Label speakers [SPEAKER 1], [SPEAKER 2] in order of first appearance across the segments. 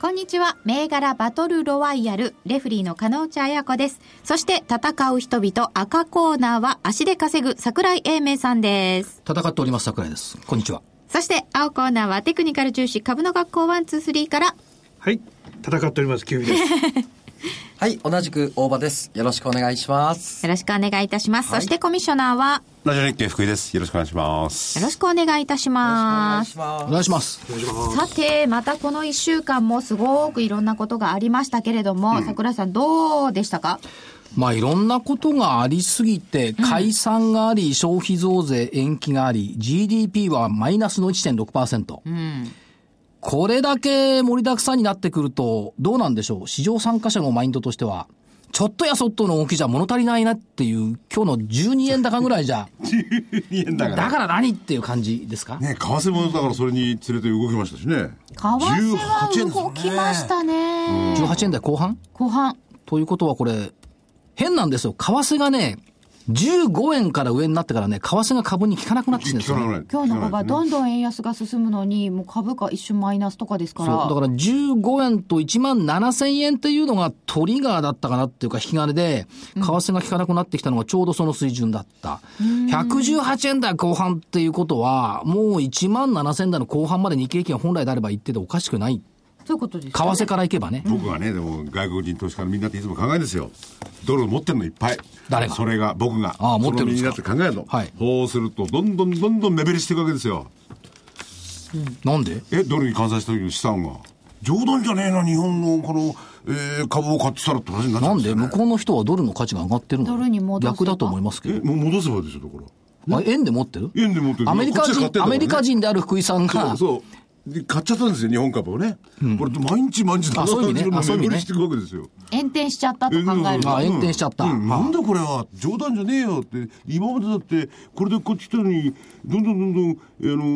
[SPEAKER 1] こんにちは。銘柄バトルロワイヤル、レフリーの金内彩子です。そして、戦う人々赤コーナーは足で稼ぐ桜井英明さんです。
[SPEAKER 2] 戦っております桜井です。こんにちは。
[SPEAKER 1] そして、青コーナーはテクニカル重視株の学校123から、
[SPEAKER 3] はい戦っておりますキュウリです
[SPEAKER 4] はい、同じく大場です。よろしくお願いします。
[SPEAKER 1] よろしくお願いいたします。そして、コミッショナーは、
[SPEAKER 5] ラジオ日経福井です。よろしくお願いします。
[SPEAKER 1] よろしくお願いいたします。
[SPEAKER 4] ま
[SPEAKER 2] お願いします。
[SPEAKER 1] さて、またこの1週間もすごくいろんなことがありましたけれども、桜井さんどうでしたか
[SPEAKER 2] まあいろんなことがありすぎて、解散があり、消費増税延期があり、GDP はマイナスの1.6%。これだけ盛りだくさんになってくると、どうなんでしょう市場参加者のマインドとしては、ちょっとやそっとの動きじゃ物足りないなっていう、今日の12円高ぐらいじゃ、
[SPEAKER 5] 2円だ
[SPEAKER 2] だから何っていう感じですか、
[SPEAKER 5] ね、為替もだからそれに連れて動きましたしね。
[SPEAKER 1] 為替は動きましたね。
[SPEAKER 2] ?18 円台後半
[SPEAKER 1] 後半。
[SPEAKER 2] ということはこれ、変なんですよ。為替がね、15円から上になってからね、為替が株に効かなくなってきてるんです
[SPEAKER 5] 聞
[SPEAKER 2] よ、
[SPEAKER 5] か
[SPEAKER 2] ね
[SPEAKER 5] なく。な
[SPEAKER 1] 今
[SPEAKER 5] い。
[SPEAKER 1] 日の株は
[SPEAKER 5] 聞か
[SPEAKER 1] どんどん円安が進むのに、もう株価一瞬マイナスとかですから。
[SPEAKER 2] そう。だから15円と1万7000円っていうのがトリガーだったかなっていうか引き金で、為替が効かなくなってきたのがちょうどその水準だった。118円台後半っていうことは、もう1万7000円台の後半まで日経平均は本来であれば行ってておかしくない。
[SPEAKER 1] そういうことで
[SPEAKER 2] 為
[SPEAKER 1] す
[SPEAKER 2] 替から行けばね。
[SPEAKER 5] ない僕はね、でも外国人投資家のみんなっていつも考えるんですよ。ドル持ってるのいっぱい。
[SPEAKER 2] 誰が
[SPEAKER 5] それが、僕が。
[SPEAKER 2] ああ持ってるんで
[SPEAKER 5] その身
[SPEAKER 2] す
[SPEAKER 5] に
[SPEAKER 2] か
[SPEAKER 5] なって考えるの。
[SPEAKER 2] はい
[SPEAKER 5] こうすると、どんどんどんどん目減りしていくわけですよ。
[SPEAKER 2] なんで
[SPEAKER 5] え、ドルに換算した時の資産が。冗談じゃねえな、日本のこの、えー株を買ってたらって話になっちゃ
[SPEAKER 2] な
[SPEAKER 5] うんす
[SPEAKER 2] で
[SPEAKER 5] よ
[SPEAKER 2] 向こうの人はドルの価値が上がってるの
[SPEAKER 1] ドルに戻せば
[SPEAKER 2] 逆だと思いますけ
[SPEAKER 5] え、
[SPEAKER 2] ど。
[SPEAKER 5] もう戻せばですよ、だから。
[SPEAKER 2] あ、円で持ってる
[SPEAKER 5] 円で持ってる
[SPEAKER 2] アメリカ
[SPEAKER 5] こっちで買って
[SPEAKER 2] 人、
[SPEAKER 5] んだも
[SPEAKER 2] ア
[SPEAKER 5] んね
[SPEAKER 2] メリカ人である福井さん
[SPEAKER 5] そ
[SPEAKER 2] が
[SPEAKER 5] う、そう。で買っちゃったんですよ、日本株をね。これ、毎日毎日、
[SPEAKER 2] あそういう意味ね
[SPEAKER 5] も
[SPEAKER 2] あそういう意味ね
[SPEAKER 5] 目減りしていくわけですよ。
[SPEAKER 1] 炎天しちゃったと考える
[SPEAKER 2] あ
[SPEAKER 1] と。
[SPEAKER 2] 炎天しちゃった
[SPEAKER 5] うんなんだこれは、冗談じゃねえよって、今までだって、これでこっち来たのに、どんどんどんどん、あ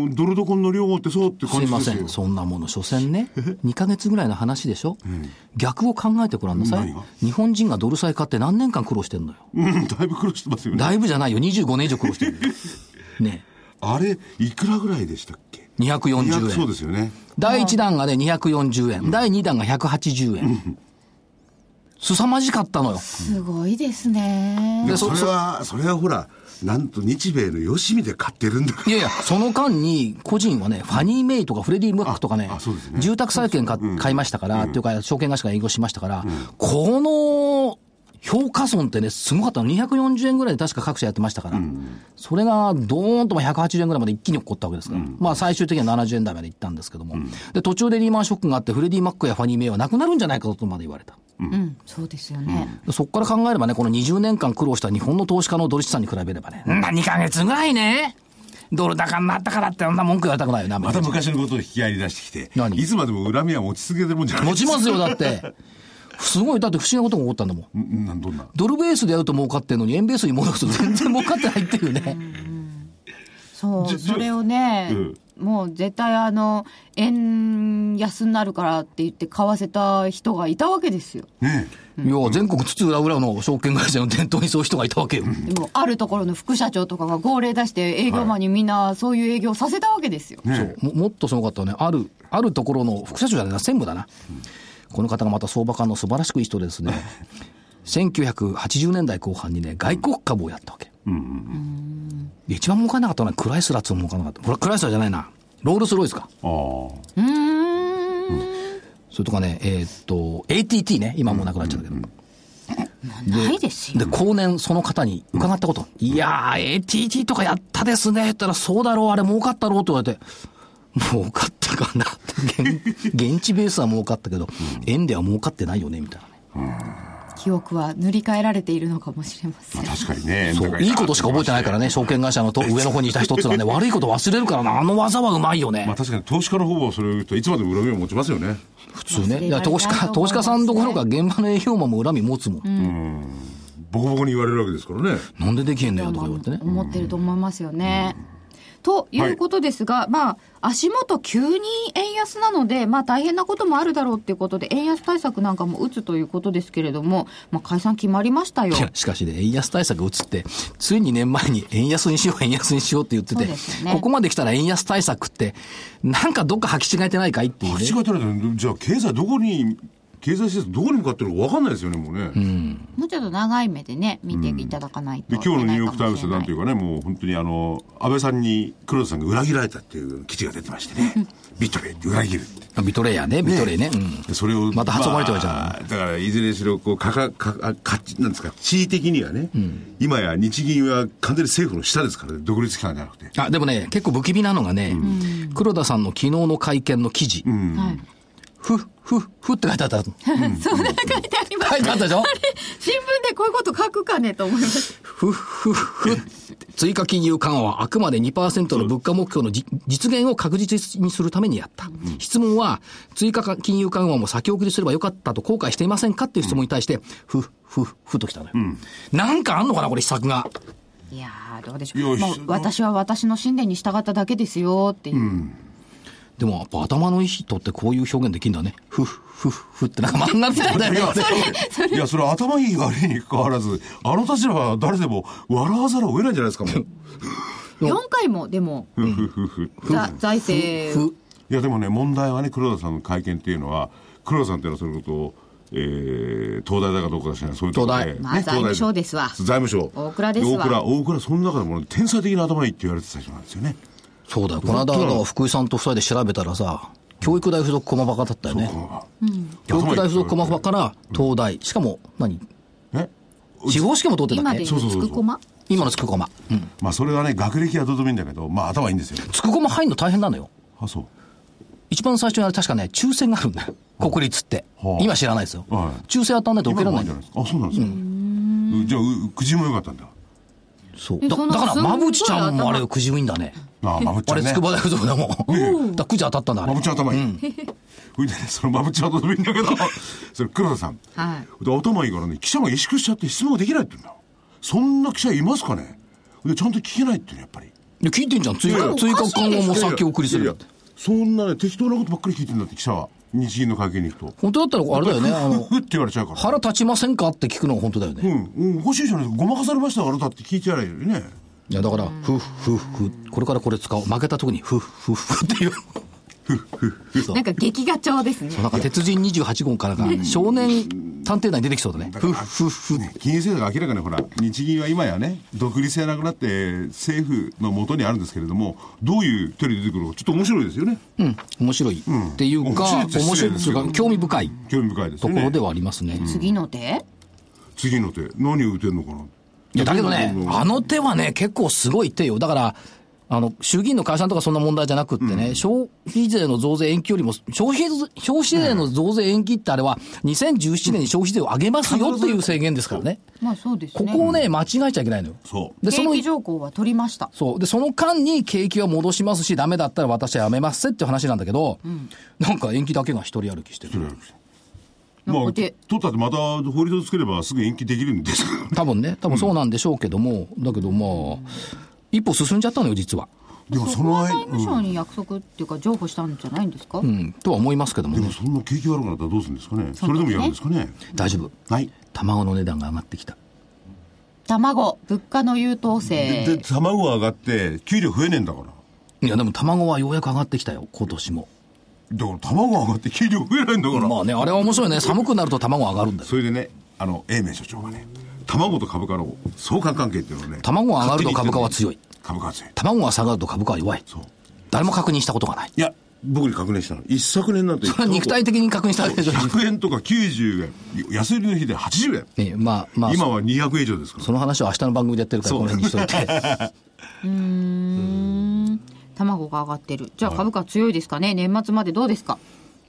[SPEAKER 5] の、ドル高になりやがってさ、って
[SPEAKER 2] す
[SPEAKER 5] 感
[SPEAKER 2] い
[SPEAKER 5] じで
[SPEAKER 2] ますせ
[SPEAKER 5] よ。
[SPEAKER 2] んそんなもの所詮 ね2ヶ月ぐらいの話でしょ、逆を考えてごらんなさい
[SPEAKER 5] 何が
[SPEAKER 2] 日本人がドル債買って何年間苦労してんのよ
[SPEAKER 5] うん、だいぶ苦労してますよね。
[SPEAKER 2] だいぶじゃないよ25年以上苦労 してるよね
[SPEAKER 5] あれ、いくらぐらいでしたっけ200
[SPEAKER 2] 240
[SPEAKER 5] そうで
[SPEAKER 2] 円
[SPEAKER 5] すよね。
[SPEAKER 2] 第1弾がね240円、第2弾が180円凄まじかったのよ
[SPEAKER 1] すごいですね。
[SPEAKER 5] でも
[SPEAKER 2] そ
[SPEAKER 5] それは、それはほら、なんと日米の吉見で買ってるんだか
[SPEAKER 2] いや
[SPEAKER 5] ら。
[SPEAKER 2] いや、その間に、個人はね、ファニーメイとかフレディ・マックとかね
[SPEAKER 5] ああそうです、ね
[SPEAKER 2] 住宅債券か買いましたから、っていうか、証券会社が営業しましたから、この評価損ってね、すごかったの。240円ぐらいで確か各社やってましたから、それがドーンとも180円ぐらいまで一気に起こったわけですから、まあ最終的には70円台まで行ったんですけども、で、途中でリーマンショックがあって、フレディ・マックやファニーメイはなくなるんじゃないかとまで言われた。
[SPEAKER 1] うん、そうですよね。
[SPEAKER 2] でそこから考えればね、この20年間苦労した日本の投資家のドル資産に比べればね、んな2ヶ月ぐらいね、ドル高になったからって、そんな文句言われたくないよな、
[SPEAKER 5] また昔のことを引き合いに出してきて、
[SPEAKER 2] 何
[SPEAKER 5] いつまでも恨みは持ち続けてるもんじゃない
[SPEAKER 2] 持ちますよ、だ
[SPEAKER 5] て。
[SPEAKER 2] って。すごい、だって不思議なことが起こったんだもん。
[SPEAKER 5] うんなんどんな。
[SPEAKER 2] ドルベースでやると儲かってんのに、円ベースに戻すと全然儲かってないっていうね。
[SPEAKER 1] そう、
[SPEAKER 5] じじゃ
[SPEAKER 1] それをね
[SPEAKER 5] うん、
[SPEAKER 1] もう絶対あの、円安になるからって言って買わせた人がいたわけですよ。
[SPEAKER 5] ねえ
[SPEAKER 2] いや、全国津々浦々の証券会社の店頭にそういう人がいたわけよ。
[SPEAKER 1] でも、あるところの副社長とかが号令出して営業マンにみんなそういう営業をさせたわけですよ。
[SPEAKER 2] そうももっとすごかったのはね、ある、あるところの副社長じゃないな、専務だな。この方がまた相場感の素晴らしくいい人でですね、1980年代後半にね、外国株をやったわけ。で一番儲かんなかったのはクライスラーつも儲かんなかった。これクライスラーじゃないな。ロールスロイスか。
[SPEAKER 5] あ
[SPEAKER 1] う
[SPEAKER 5] あ。
[SPEAKER 1] ーん。
[SPEAKER 2] それとかね、えーっと、ATT ね、今もうなくなっちゃったけど。
[SPEAKER 1] ないです
[SPEAKER 2] で、
[SPEAKER 1] よ。
[SPEAKER 2] 後年その方に伺ったこと。いやー、ATT とかやったですね。って言ったら、そうだろう、あれ儲かったろうって言われて、儲かったかな って。現現地ベースは儲かったけど、円では儲かってないよね、みたいなね。
[SPEAKER 1] 記憶は塗り替えられているのかもしれません。
[SPEAKER 5] 確かにね。
[SPEAKER 2] そう、いいことしか覚えてないからね、証券会社のと上の方にいた人ってのはね、悪いこと忘れるからな、あの技はうまいよね。
[SPEAKER 5] まあ確かに投資家の方はそれを言うといつまでも恨みを持ちますよね。
[SPEAKER 2] 普通ね。
[SPEAKER 1] 忘れられない
[SPEAKER 2] いや投資家、投資家さんどころか
[SPEAKER 1] と
[SPEAKER 2] 現場の営業マンも恨み持つもん。
[SPEAKER 5] ボコボコに言われるわけですからね。
[SPEAKER 2] なんでできへんのよとか言われてね。
[SPEAKER 1] 思ってると思いますよね。ということですが、まあ、足元急に円安なので、まあ大変なこともあるだろうっていうことで、円安対策なんかも打つということですけれども、まあ解散決まりましたよ
[SPEAKER 2] い。や、しかしね、円安対策を打つって、つい2年前に円安にしよう、円安にしようって言って
[SPEAKER 1] そう
[SPEAKER 2] て
[SPEAKER 1] ですよ、ね
[SPEAKER 2] ここまで来たら円安対策って、なんかどっか履き違えてないかいっていう
[SPEAKER 5] 間
[SPEAKER 2] ね。
[SPEAKER 5] 違えてないけどじゃあ経済どこに、経済施設どこに向かってるか分かんないですよね、もうね。
[SPEAKER 1] もうちょっと長い目でね、見ていただかないと
[SPEAKER 5] で
[SPEAKER 1] いけ
[SPEAKER 5] 今
[SPEAKER 1] ない
[SPEAKER 5] 日の
[SPEAKER 1] かもしれない。
[SPEAKER 5] ニューヨーク・タイムズなんていうかね、もう本当にあの安倍さんに黒田さんが裏切られたっていう記事が出てましてね、ビトレーって裏切るって。
[SPEAKER 2] ビトレイヤーね、ビトレイね。うん
[SPEAKER 5] でそれを
[SPEAKER 2] また発音悪いって言われちゃう
[SPEAKER 5] まあだからいずれにしろこうかかかかかなんですか地位的にはね、今や日銀は完全に政府の下ですからね独立機関じゃなくて
[SPEAKER 2] あ、でもね、結構不気味なのがね、黒田さんの昨日の会見の記事、
[SPEAKER 1] はい。
[SPEAKER 2] ふ、ふ、ふって書いてあったの。書
[SPEAKER 1] そうね、書いてあります。
[SPEAKER 2] いてあったでしょ
[SPEAKER 1] 新聞でこういうこと書くかねと思います。
[SPEAKER 2] ふ、ふ、ふ。追加金融緩和はあくまで2%の物価目標のじ実現を確実にするためにやった。質問は、追加か金融緩和も先送りすればよかったと後悔していませんかっていう質問に対して、ふ、ふ、ふときたのよ。なんかあんのかな、これ、秘策が。
[SPEAKER 1] いやー、どうでしょう。
[SPEAKER 5] よし
[SPEAKER 1] もう私は私の信念に従っただけですよっていう。
[SPEAKER 2] でも、やっぱ頭のいい人ってこういう表現できるんだね。ふ、ふ、ふってなんか漫画みた いだよね。
[SPEAKER 5] いやそれ頭いい悪いにかかわらずあの立場は誰でも笑わざるを得ないんじゃないですかもう
[SPEAKER 1] 4回も、でも、ざ財政、
[SPEAKER 2] ふ、
[SPEAKER 5] いやでもね問題はね黒田さんの会見っていうのは黒田さんっていうのはそれこそ、えー、東大だかどうかか知らないそういうところで、
[SPEAKER 2] 東大
[SPEAKER 1] まあ財務省ですわ
[SPEAKER 5] 財務省
[SPEAKER 1] 大蔵ですわ
[SPEAKER 5] 大蔵大蔵その中でもね、天才的な頭いいって言われてた人なんですよね
[SPEAKER 2] そうだよ。この間の福井さんと二人で調べたらさ、教育大附属駒場だったよね。教育大附属駒場から東大。しかも何、
[SPEAKER 5] え
[SPEAKER 2] 司法試験も通ってた
[SPEAKER 1] 今
[SPEAKER 2] っ
[SPEAKER 1] で
[SPEAKER 2] け
[SPEAKER 1] 言うつくこま
[SPEAKER 2] 今のつく駒。うん。
[SPEAKER 5] まあそれはね学歴はどうでもいいんだけどまあ頭いいんですよ
[SPEAKER 2] つく駒入るの大変なのよ。
[SPEAKER 5] あそう
[SPEAKER 2] 一番最初にあれ確かね、抽選があるんだよ。国立って
[SPEAKER 5] は。あ
[SPEAKER 2] 今知らないですよ。
[SPEAKER 5] はい
[SPEAKER 2] 抽選当たんないと受
[SPEAKER 5] 今
[SPEAKER 2] け
[SPEAKER 5] の
[SPEAKER 2] られ
[SPEAKER 5] も
[SPEAKER 2] ないい
[SPEAKER 5] い
[SPEAKER 2] ん
[SPEAKER 5] んじ
[SPEAKER 2] だ
[SPEAKER 5] ゃ
[SPEAKER 2] よ
[SPEAKER 5] ないですかあそうなんですかうじゃあうくじもよかったんだ
[SPEAKER 2] そう。
[SPEAKER 1] え
[SPEAKER 2] だ
[SPEAKER 1] そんな
[SPEAKER 2] だから、
[SPEAKER 1] そんな
[SPEAKER 2] まぶちゃん
[SPEAKER 1] すごい
[SPEAKER 2] もあ
[SPEAKER 1] 頭
[SPEAKER 2] れくじ運だね。
[SPEAKER 5] ああまぶっちゃ
[SPEAKER 2] あ
[SPEAKER 5] ん
[SPEAKER 2] れ、
[SPEAKER 5] ね
[SPEAKER 2] 筑波大附属だもん。だからくじ当たったんだ、あ
[SPEAKER 5] まぶ
[SPEAKER 2] れ
[SPEAKER 5] っ。ちゃん頭いい、それでね そのまぶっちゃんはどうでもいいんだけどそれ黒田さん
[SPEAKER 1] はい。
[SPEAKER 5] で頭いいからね記者が萎縮しちゃって質問ができないって言うんだよそんな記者いますかねでちゃんと聞けないっていうのやっぱり
[SPEAKER 2] いや聞いてんじゃん。追
[SPEAKER 5] いやい
[SPEAKER 2] 加、
[SPEAKER 5] や
[SPEAKER 2] 追加緩和も先送りす
[SPEAKER 5] い
[SPEAKER 2] る
[SPEAKER 5] や
[SPEAKER 2] っ
[SPEAKER 5] い
[SPEAKER 2] て
[SPEAKER 5] や。そんなね適当なことばっかり聞いてんだって記者は日銀の会見に行くと
[SPEAKER 2] 本当だったら、あれだよね、あの
[SPEAKER 5] ふ、ふって言われちゃうから
[SPEAKER 2] 腹立ちませんかって聞くのが本当だよね。
[SPEAKER 5] うん、うん、おかしいじゃないですかごまかされましたあなたって聞いてやれよね
[SPEAKER 2] いやだから、ふっふっふ、これからこれ使おう。負けた時に、ふっふっふっていう。
[SPEAKER 1] なんか劇画調ですね。
[SPEAKER 2] なんか鉄人28号からが、少年探偵団に出てきそうだね。ふっふっふ。
[SPEAKER 5] 金融政策明らかにほら日銀は今やね独立性なくなって政府のもとにあるんですけれどもどういう手で出てくるかちょっと面白いですよね
[SPEAKER 2] うん、面白い。っていうか、面
[SPEAKER 5] 面白いって失
[SPEAKER 2] 白
[SPEAKER 5] 礼
[SPEAKER 2] いっ
[SPEAKER 5] で
[SPEAKER 2] て
[SPEAKER 5] す
[SPEAKER 2] い
[SPEAKER 5] け
[SPEAKER 2] う
[SPEAKER 5] ど
[SPEAKER 2] か、興味深い
[SPEAKER 5] 興味深いです
[SPEAKER 2] と
[SPEAKER 5] よ
[SPEAKER 2] ころ
[SPEAKER 5] ね
[SPEAKER 2] ではありますね。
[SPEAKER 1] 次の手
[SPEAKER 5] 次の手何打てるのかない
[SPEAKER 2] や、だけどね
[SPEAKER 5] どう、も
[SPEAKER 2] あの手はね、結構すごい手よ。だから、あの、衆議院の解散とかそんな問題じゃなくってね、消費税の増税延期よりも、消費税、消費税の増税延期ってあれは、2017年に消費税を上げますよっていう制限ですからね。
[SPEAKER 1] まあそうです
[SPEAKER 2] こ
[SPEAKER 1] ね。
[SPEAKER 2] こをね、間違えちゃいけないのよ。
[SPEAKER 5] そう
[SPEAKER 2] で、そ
[SPEAKER 1] 景
[SPEAKER 2] の
[SPEAKER 1] 気、条項は取りました。
[SPEAKER 2] そう。で、その間に景気は戻しますし、ダメだったら私はやめますせっていう話なんだけど、なんか延期だけが一人歩きしてる。
[SPEAKER 5] ま
[SPEAKER 1] なん
[SPEAKER 5] あ
[SPEAKER 1] か
[SPEAKER 5] 取
[SPEAKER 1] で
[SPEAKER 5] ったってまた法律をつければすぐ延期できるんですから
[SPEAKER 2] 多分ね、多分そうなんでしょうけども、だけどまあ、一歩進んじゃったのよ、実は。
[SPEAKER 5] でも
[SPEAKER 1] そ
[SPEAKER 5] そ
[SPEAKER 1] こ
[SPEAKER 5] の
[SPEAKER 1] は
[SPEAKER 5] 間
[SPEAKER 1] 財務省に約束っていうか、譲歩したんじゃないんですか、
[SPEAKER 2] うん、とは思いますけども
[SPEAKER 5] でも
[SPEAKER 2] ね。
[SPEAKER 5] そんな景気悪くなったらどうするんですかねそれでもやるんですかね
[SPEAKER 2] 大丈夫。
[SPEAKER 5] はい
[SPEAKER 2] 卵の値段が上がってきた。
[SPEAKER 1] 卵、物価の優等生。
[SPEAKER 5] で卵が上がって給料増えねえんだから
[SPEAKER 2] いや、でも卵はようやく上がってきたよ、今年も。
[SPEAKER 5] だから卵上がって給料増えないんだから、
[SPEAKER 2] まあね、あれは面白いね。寒くなると卵上がるんだよ。
[SPEAKER 5] それでねあの英明所長がね卵と株価の相関関係っていうのをね
[SPEAKER 2] 卵が上がると株価は強い
[SPEAKER 5] 勝手に言ってんだよ株
[SPEAKER 2] 卵
[SPEAKER 5] 価は強い
[SPEAKER 2] が下がると株価は弱い。
[SPEAKER 5] そう
[SPEAKER 2] 誰も確認したことがない。
[SPEAKER 5] いや僕に確認したの一昨年なんて
[SPEAKER 2] それは肉体的に確認したわけでしょ。
[SPEAKER 5] 100円とか90円安売りの日で80円、
[SPEAKER 2] ねまあまあ、
[SPEAKER 5] 今は200円以上ですから
[SPEAKER 2] その話は明日の番組でやってるから、
[SPEAKER 5] そう
[SPEAKER 2] この辺にしといて。
[SPEAKER 1] 卵が上がってる。じゃあ株価強いですかね年末までどうですか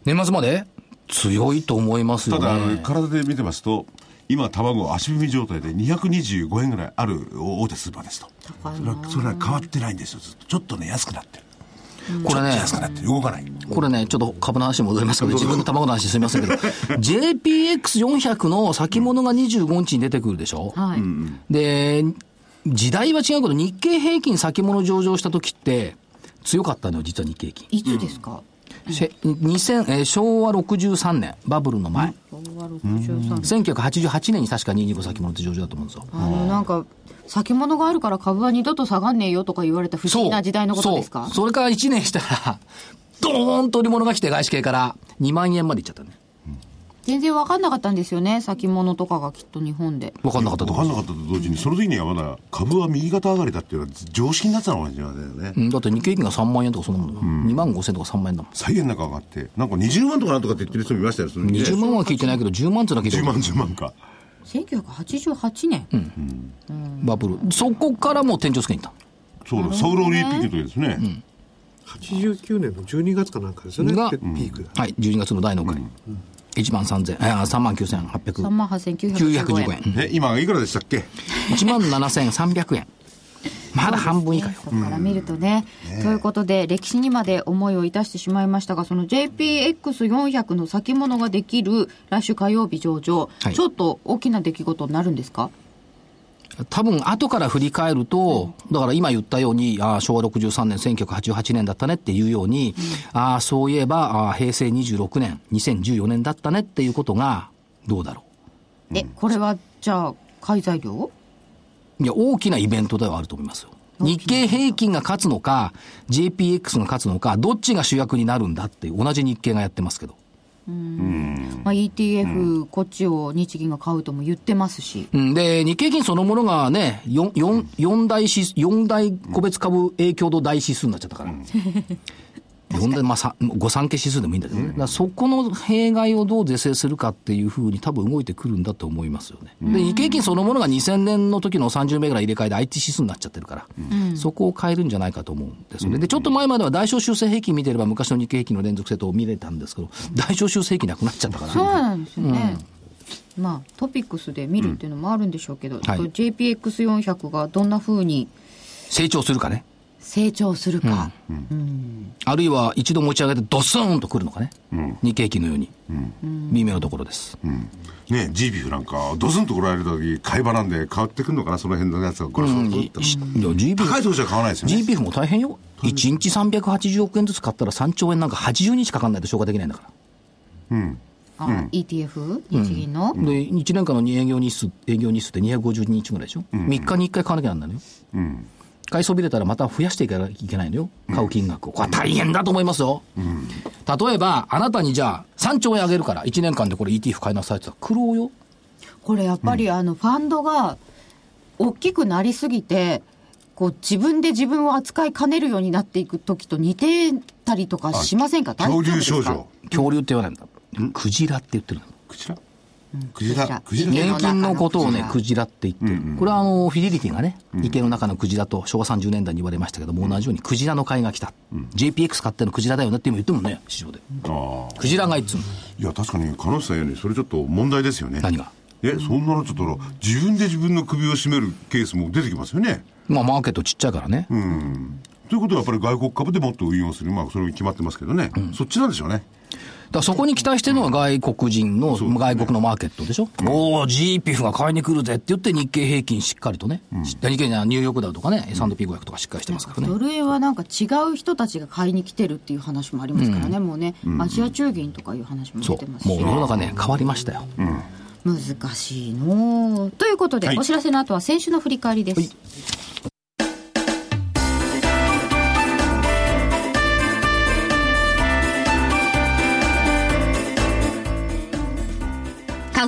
[SPEAKER 2] 年末まで強いと思いますよ
[SPEAKER 5] ただあの
[SPEAKER 2] ね。
[SPEAKER 5] 体で見てますと今卵足踏み状態で225円ぐらいある大手スーパーですと
[SPEAKER 1] 高い
[SPEAKER 5] それはそれは変わってないんですよずっとちょっとね安くなってる
[SPEAKER 2] これね、
[SPEAKER 5] 安くなってる動かない
[SPEAKER 2] これね、ちょっと株の話に戻りますけ ど、自分の卵の話すみませんけど、JPX400 の先物が25日に出てくるでしょ。
[SPEAKER 1] はい。
[SPEAKER 2] で、時代は違うけど、日経平均先物上場した時って、強かったのよ、実は日経平均。
[SPEAKER 1] いつですか、
[SPEAKER 2] せ2000えー昭和63年、バブルの前。
[SPEAKER 1] 昭和63年。
[SPEAKER 2] 1988年に確か225先物上場だと思うんですよ。
[SPEAKER 1] あの、なんか、先物があるから株は二度と下がんねえよとか言われた不思議な時代のことですか
[SPEAKER 2] そう。それから1年したら、ドーンと売り物が来て、外資系から2万円までいっちゃったね。
[SPEAKER 1] 全然分かんなかったんですよね。先物とかがきっと日本で。
[SPEAKER 2] 分かんなかった
[SPEAKER 5] 分
[SPEAKER 2] と
[SPEAKER 5] か
[SPEAKER 2] 思うんんで
[SPEAKER 5] な
[SPEAKER 2] す
[SPEAKER 5] かったと同時にその時にはまだ株は右肩上がりだっていうのは常識になってたのかもしれませんよね、
[SPEAKER 2] うん、だって日経平均が3万円とかそんなもんだ、2万5千とか3万円だもん。
[SPEAKER 5] 再現なんか上がってなんか20万とかなんとかって言ってる人もいましたよその時ね
[SPEAKER 2] 20万は聞いてないけど、10万っていうのは聞いて
[SPEAKER 5] 10
[SPEAKER 2] る
[SPEAKER 5] 万10万か
[SPEAKER 1] 1988年。
[SPEAKER 2] バブル。そこからもう店長付けに行っ
[SPEAKER 5] そうだ、ソウルオリンピックの時ですね、
[SPEAKER 3] 89年の12月かなんかですよね
[SPEAKER 2] が
[SPEAKER 3] ピークが、
[SPEAKER 2] た。はい、12月の第6回。1万3800、あ3万9800。
[SPEAKER 1] 3万8915
[SPEAKER 2] 915
[SPEAKER 1] 円。
[SPEAKER 2] 円。
[SPEAKER 5] え今いくらでしたっけ
[SPEAKER 2] 1万7300円。まだ半分以下よ。
[SPEAKER 1] そこから見るとね。ということで、歴史にまで思いをいたしてしまいましたが、その JPX400 の先物ができる来週火曜日上場、
[SPEAKER 2] はい
[SPEAKER 1] ちょっと大きな出来事になるんですか
[SPEAKER 2] 多分後から振り返ると、だから今言ったように、ああ、昭和63年、1988年だったねっていうように、ああ、そういえば、ああ、平成26年、2014年だったねっていうことが、どうだろ
[SPEAKER 1] え、これは、じゃあ、買い材料
[SPEAKER 2] う。いや、大きなイベントではあると思いますよ。日経平均が勝つのか、JPX が勝つのか、どっちが主役になるんだっていう、同じ日経がやってますけど。
[SPEAKER 1] まあ、ETF、こっちを日銀が買うとも言ってますし。
[SPEAKER 2] うん、で、日経平均そのものがね、4、四四大指数、四大個別株影響度大指数になっちゃったから。四大、まあ、さ五三家指数でもいいんだけどね。だからそこの弊害をどう是正するかっていうふうに多分動いてくるんだと思いますよね。で、日経平均そのものが2000年の時の30名ぐらい入れ替えで IT 指数になっちゃってるから、そこを変えるんじゃないかと思うんですよね。で、ちょっと前までは大小修正平均見てれば昔の日経平均の連続性と見れたんですけど、大小修正平均なくなっちゃったから。
[SPEAKER 1] そうなんですよね。まあ、トピックスで見るっていうのもあるんでしょうけど、ちょっと JPX400 がどんな風に
[SPEAKER 2] 成長するかね。
[SPEAKER 1] 成長するか、
[SPEAKER 2] あるいは一度持ち上げてドスーンとくるのかね、日経平均のように、微妙なところです、
[SPEAKER 5] ねジービフなんかドスンと来られる時買い場なんで変わってくるのかなその辺のやつがこれ、
[SPEAKER 2] うんいしいや GP
[SPEAKER 5] 高い投資は買わないですよね
[SPEAKER 2] GPF も大変よ1日380億円ずつ買ったら3兆円なんか80日かかんないと消化できないんだから
[SPEAKER 1] あ ETF 日銀の、
[SPEAKER 2] で1年間の営業日数営業日数って250日ぐらいでしょ、3日に1回買わなきゃなんないのよ、買いそびれたらまた増やしていかなきゃいけないのよ買う金額をこれは大変だと思いますよ、例えばあなたにじゃあ3兆円あげるから1年間でこれ ETF 買いなさいって言ったら苦労よ
[SPEAKER 1] これやっぱりあのファンドが大きくなりすぎてこう自分で自分を扱いかねるようになっていく時と似てたりとかしませんか大丈
[SPEAKER 5] 恐
[SPEAKER 1] 夫ですか
[SPEAKER 5] 竜少女
[SPEAKER 2] 恐竜って言わないんだ、クジラって言ってるの
[SPEAKER 5] クジラクジラ
[SPEAKER 1] ク
[SPEAKER 5] ク
[SPEAKER 1] ジ
[SPEAKER 5] ジ
[SPEAKER 1] ラ
[SPEAKER 5] ラ
[SPEAKER 2] 年金のことをね、
[SPEAKER 1] ク
[SPEAKER 2] クジラって言ってる、これはあのフィデリティがね、池の中のクジラと昭和30年代に言われましたけども、同じようにクジラの買いが来た、JPX 買ってのクジラだよねって今言ってもね、市場で、
[SPEAKER 5] ああ
[SPEAKER 2] クジラ買いっつうの、
[SPEAKER 5] いや確かに彼女さん言うようにそれちょっと問題ですよね
[SPEAKER 2] 何が
[SPEAKER 5] えそんなのちょっと自分で自分の首を絞めるケースも出てきますよね
[SPEAKER 2] まあ、マーケットちっちゃいからね、
[SPEAKER 5] ということはやっぱり外国株でもっと運用するまあそれも決まってますけどね、そっちなんでしょうね
[SPEAKER 2] だからそこに期待してるのは外国人の、外国のマーケットでしょ、おお、GPF が買いに来るぜって言って、日経平均しっかりとね、しっ日経じゃないニューヨークダウとかね、S&P500 とかしっかりしてますからね
[SPEAKER 1] ル円はなんか違う人たちが買いに来てるっていう話もありますからね、もうね、アジア中銀とかいう話も
[SPEAKER 2] そ
[SPEAKER 1] 出てま
[SPEAKER 2] う、
[SPEAKER 1] す
[SPEAKER 2] もう
[SPEAKER 1] し
[SPEAKER 2] 世の中ね、変わりましたよ。
[SPEAKER 1] 難しいのうということで、お知らせの後は先週の振り返りです、
[SPEAKER 6] 花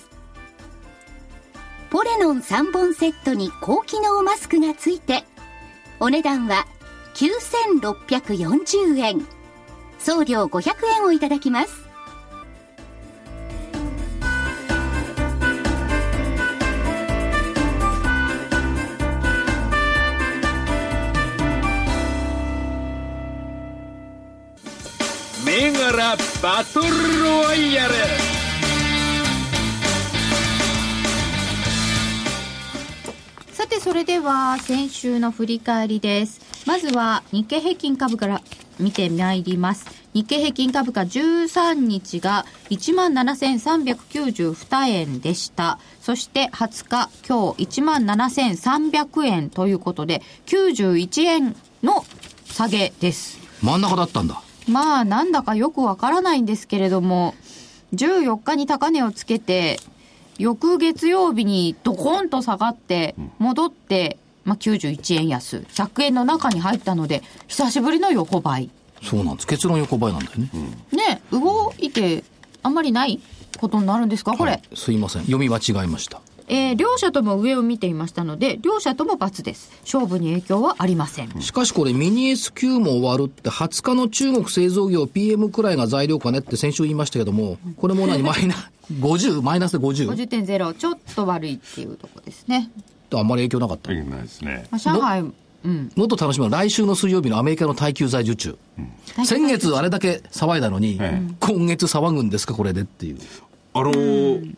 [SPEAKER 6] ポレノン3本セットに高機能マスクがついてお値段は9640円送料500円をいただきます
[SPEAKER 7] 銘柄バトルロワイヤル
[SPEAKER 1] さてそれでは先週の振り返りですまずは日経平均株から見てまいります日経平均株価13日が17,392円でしたそして20日今日17,300円ということで91円の下げです
[SPEAKER 2] 真ん中だったんだ。
[SPEAKER 1] まあなんだかよくわからないんですけれども14日に高値をつけて翌月曜日にドコンと下がって戻って、まあ、91円安100円の中に入ったので久しぶりの横ばい
[SPEAKER 2] そうなんです。結論横ばいなんだよね。
[SPEAKER 1] ね動いてあんまりないことになるんですかこれ、
[SPEAKER 2] はいすいません。読みは違いました。
[SPEAKER 1] えー両者とも上を見ていましたので両者とも×です勝負に影響はありません、
[SPEAKER 2] しかしこれミニ S q も終わるって20日の中国製造業 PM くらいが材料かねって先週言いましたけども、これも何 マイナ、50? マイナスで 50?
[SPEAKER 1] 50.0ちょっと悪いっていうとこですね、
[SPEAKER 2] あんまり影響なかった。
[SPEAKER 5] ないですね。
[SPEAKER 1] まあ、上海うん
[SPEAKER 2] もっと楽しみなのは来週の水曜日のアメリカの耐久財受注。先月あれだけ騒いだのに、今月騒ぐんですかこれでっていう。
[SPEAKER 5] あのー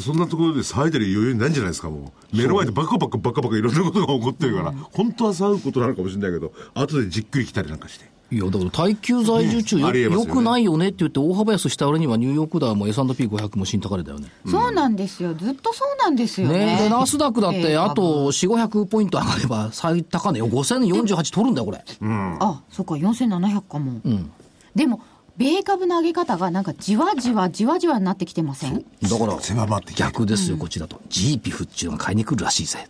[SPEAKER 5] そんなところで騒いでる余裕ないんじゃないですか、もう。目の前でバカバカバカバカいろんなことが起こってるから、本当は騒ぐことなのかもしれないけど、後でじっくり来たりなんかして。
[SPEAKER 2] いや、だから耐久財受注
[SPEAKER 5] ね
[SPEAKER 2] よ,、
[SPEAKER 5] ありえますよね
[SPEAKER 2] くないよねって言って大幅安した割にはニューヨークダウも S&P500 も新高値だよね。
[SPEAKER 1] そうなんですよ。ずっとそうなんですよね。
[SPEAKER 2] ねで、ナスダックだっ
[SPEAKER 1] え
[SPEAKER 2] て
[SPEAKER 1] え
[SPEAKER 2] あと4、500ポイント上がれば最高値を5048取るんだよこれ。
[SPEAKER 1] あ、そっか、4700かも。でも、米株の上げ方がなんかじわじわじわじわになってきてません
[SPEAKER 2] だから
[SPEAKER 5] 狭まってきて
[SPEAKER 2] 逆ですよ、こっちだと。ジーピフっていうのが買いに来るらしいぜ。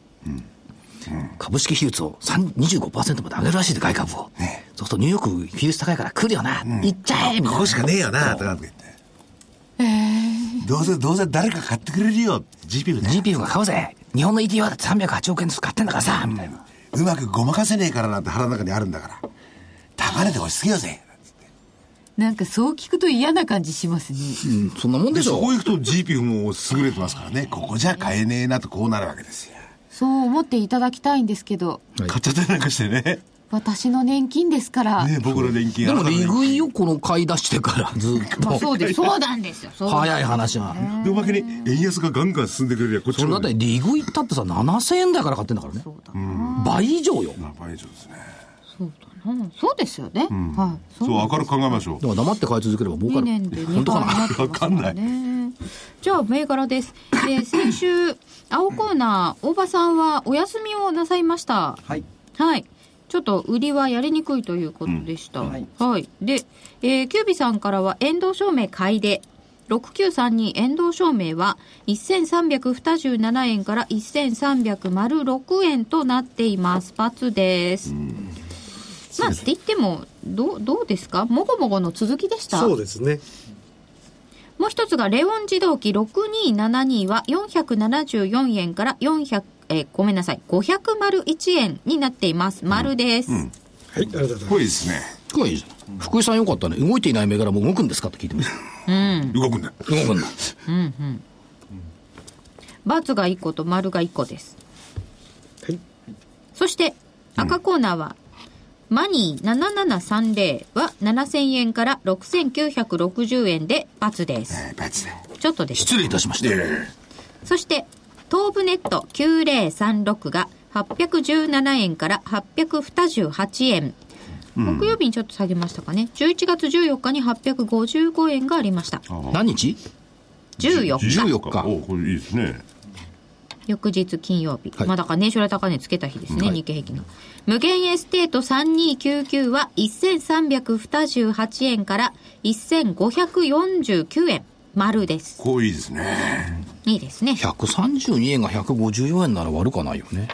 [SPEAKER 2] 株式比率を3 25%まで上げるらしいで、外株を。そうするとニューヨーク比率高いから来るよな。行っちゃえみたい
[SPEAKER 5] こ
[SPEAKER 2] な
[SPEAKER 5] こ。しかねえよな、とかって言って。どうせ、どうせ誰か買ってくれるよ、GP ね。
[SPEAKER 2] GPF が買おうぜ。日本の ETO だって308億円ずつ買ってんだからさ、みたいな。
[SPEAKER 5] うまくごまかせねえからなんて腹の中にあるんだから。高値で押し付けようぜ。
[SPEAKER 1] なんかそう聞くと嫌な感じしますね。
[SPEAKER 2] うん、そんなもんで
[SPEAKER 5] で、
[SPEAKER 2] し
[SPEAKER 5] そ
[SPEAKER 2] ょ
[SPEAKER 5] こ。行くと GP も優れてますからね。ここじゃ買えねえなとこうなるわけですよ。
[SPEAKER 1] そう思っていただきたいんですけど、
[SPEAKER 2] はい
[SPEAKER 5] 買っちゃったりなんかしてね。ね
[SPEAKER 1] 私の年金ですから。
[SPEAKER 5] え僕の年金
[SPEAKER 2] でも、利食い
[SPEAKER 5] よ。
[SPEAKER 2] をこの買い出してから、ずっ
[SPEAKER 1] まあ
[SPEAKER 2] と。
[SPEAKER 1] そうです。そうなんですよ。そう
[SPEAKER 2] 早い話が。
[SPEAKER 5] で、おまけに円安がガンガン進んでくれりゃ、こっち
[SPEAKER 2] それだ
[SPEAKER 5] の
[SPEAKER 2] っ
[SPEAKER 5] 方が
[SPEAKER 2] て、利食いったってさ、7000円台から買ってんだからね。倍以上よ。
[SPEAKER 5] まあ倍以上ですね。
[SPEAKER 1] うんそうですよね。はい。
[SPEAKER 5] そう、明るく考えましょう
[SPEAKER 2] で。も黙って買い続ければ儲か
[SPEAKER 1] 2
[SPEAKER 2] る。
[SPEAKER 1] 年で2
[SPEAKER 2] 本当
[SPEAKER 1] 倍
[SPEAKER 2] かな
[SPEAKER 1] になってます
[SPEAKER 5] わかんない
[SPEAKER 1] ね。じゃあ、銘柄です。えー先週、青コーナー、大場さんはお休みをなさいました。
[SPEAKER 4] はい。
[SPEAKER 1] はい。ちょっと売りはやりにくいということでした。
[SPEAKER 4] うん
[SPEAKER 1] は
[SPEAKER 4] はいい、
[SPEAKER 1] で、えーキュービさんからは、遠藤証明買いで、6932遠藤証明は1327円から1306円となっています。バツです。まあ、って言っても、どう、どうですかもごもごの続きでした
[SPEAKER 3] そうですね。
[SPEAKER 1] もう一つが、レオン自動機6272は474円から400、えーごめんなさい、501円になっています。丸です。
[SPEAKER 3] はい、ありがとうございます
[SPEAKER 5] こ。れいいですね。
[SPEAKER 2] いいじゃん。福井さんよかったね。動いていない銘柄も動くんですかって聞いてました。
[SPEAKER 5] 動くんだ。
[SPEAKER 2] 動くんだ。
[SPEAKER 1] バツが1個と丸が1個です。
[SPEAKER 3] はい
[SPEAKER 1] そして、赤コーナーは、マニー7730は7000円から6960円でバツです。
[SPEAKER 5] えーバツだ。
[SPEAKER 1] ちょっとです。
[SPEAKER 2] 失礼いたしました。
[SPEAKER 1] そして、東武ネット9036が817円から828円。木曜日にちょっと下げましたかね。11月14日に855円がありました。
[SPEAKER 2] 何日
[SPEAKER 1] 14日。
[SPEAKER 2] 14日
[SPEAKER 5] おこれいいですね。
[SPEAKER 1] 翌日金曜日、
[SPEAKER 2] はい
[SPEAKER 1] まあだから年初来高値つけた日ですね、
[SPEAKER 2] はい
[SPEAKER 1] 日経平均の無限エステート3299は1328円から1549円丸です
[SPEAKER 5] こういいですね。
[SPEAKER 1] いいですね
[SPEAKER 2] 132円が154円なら悪かないよね。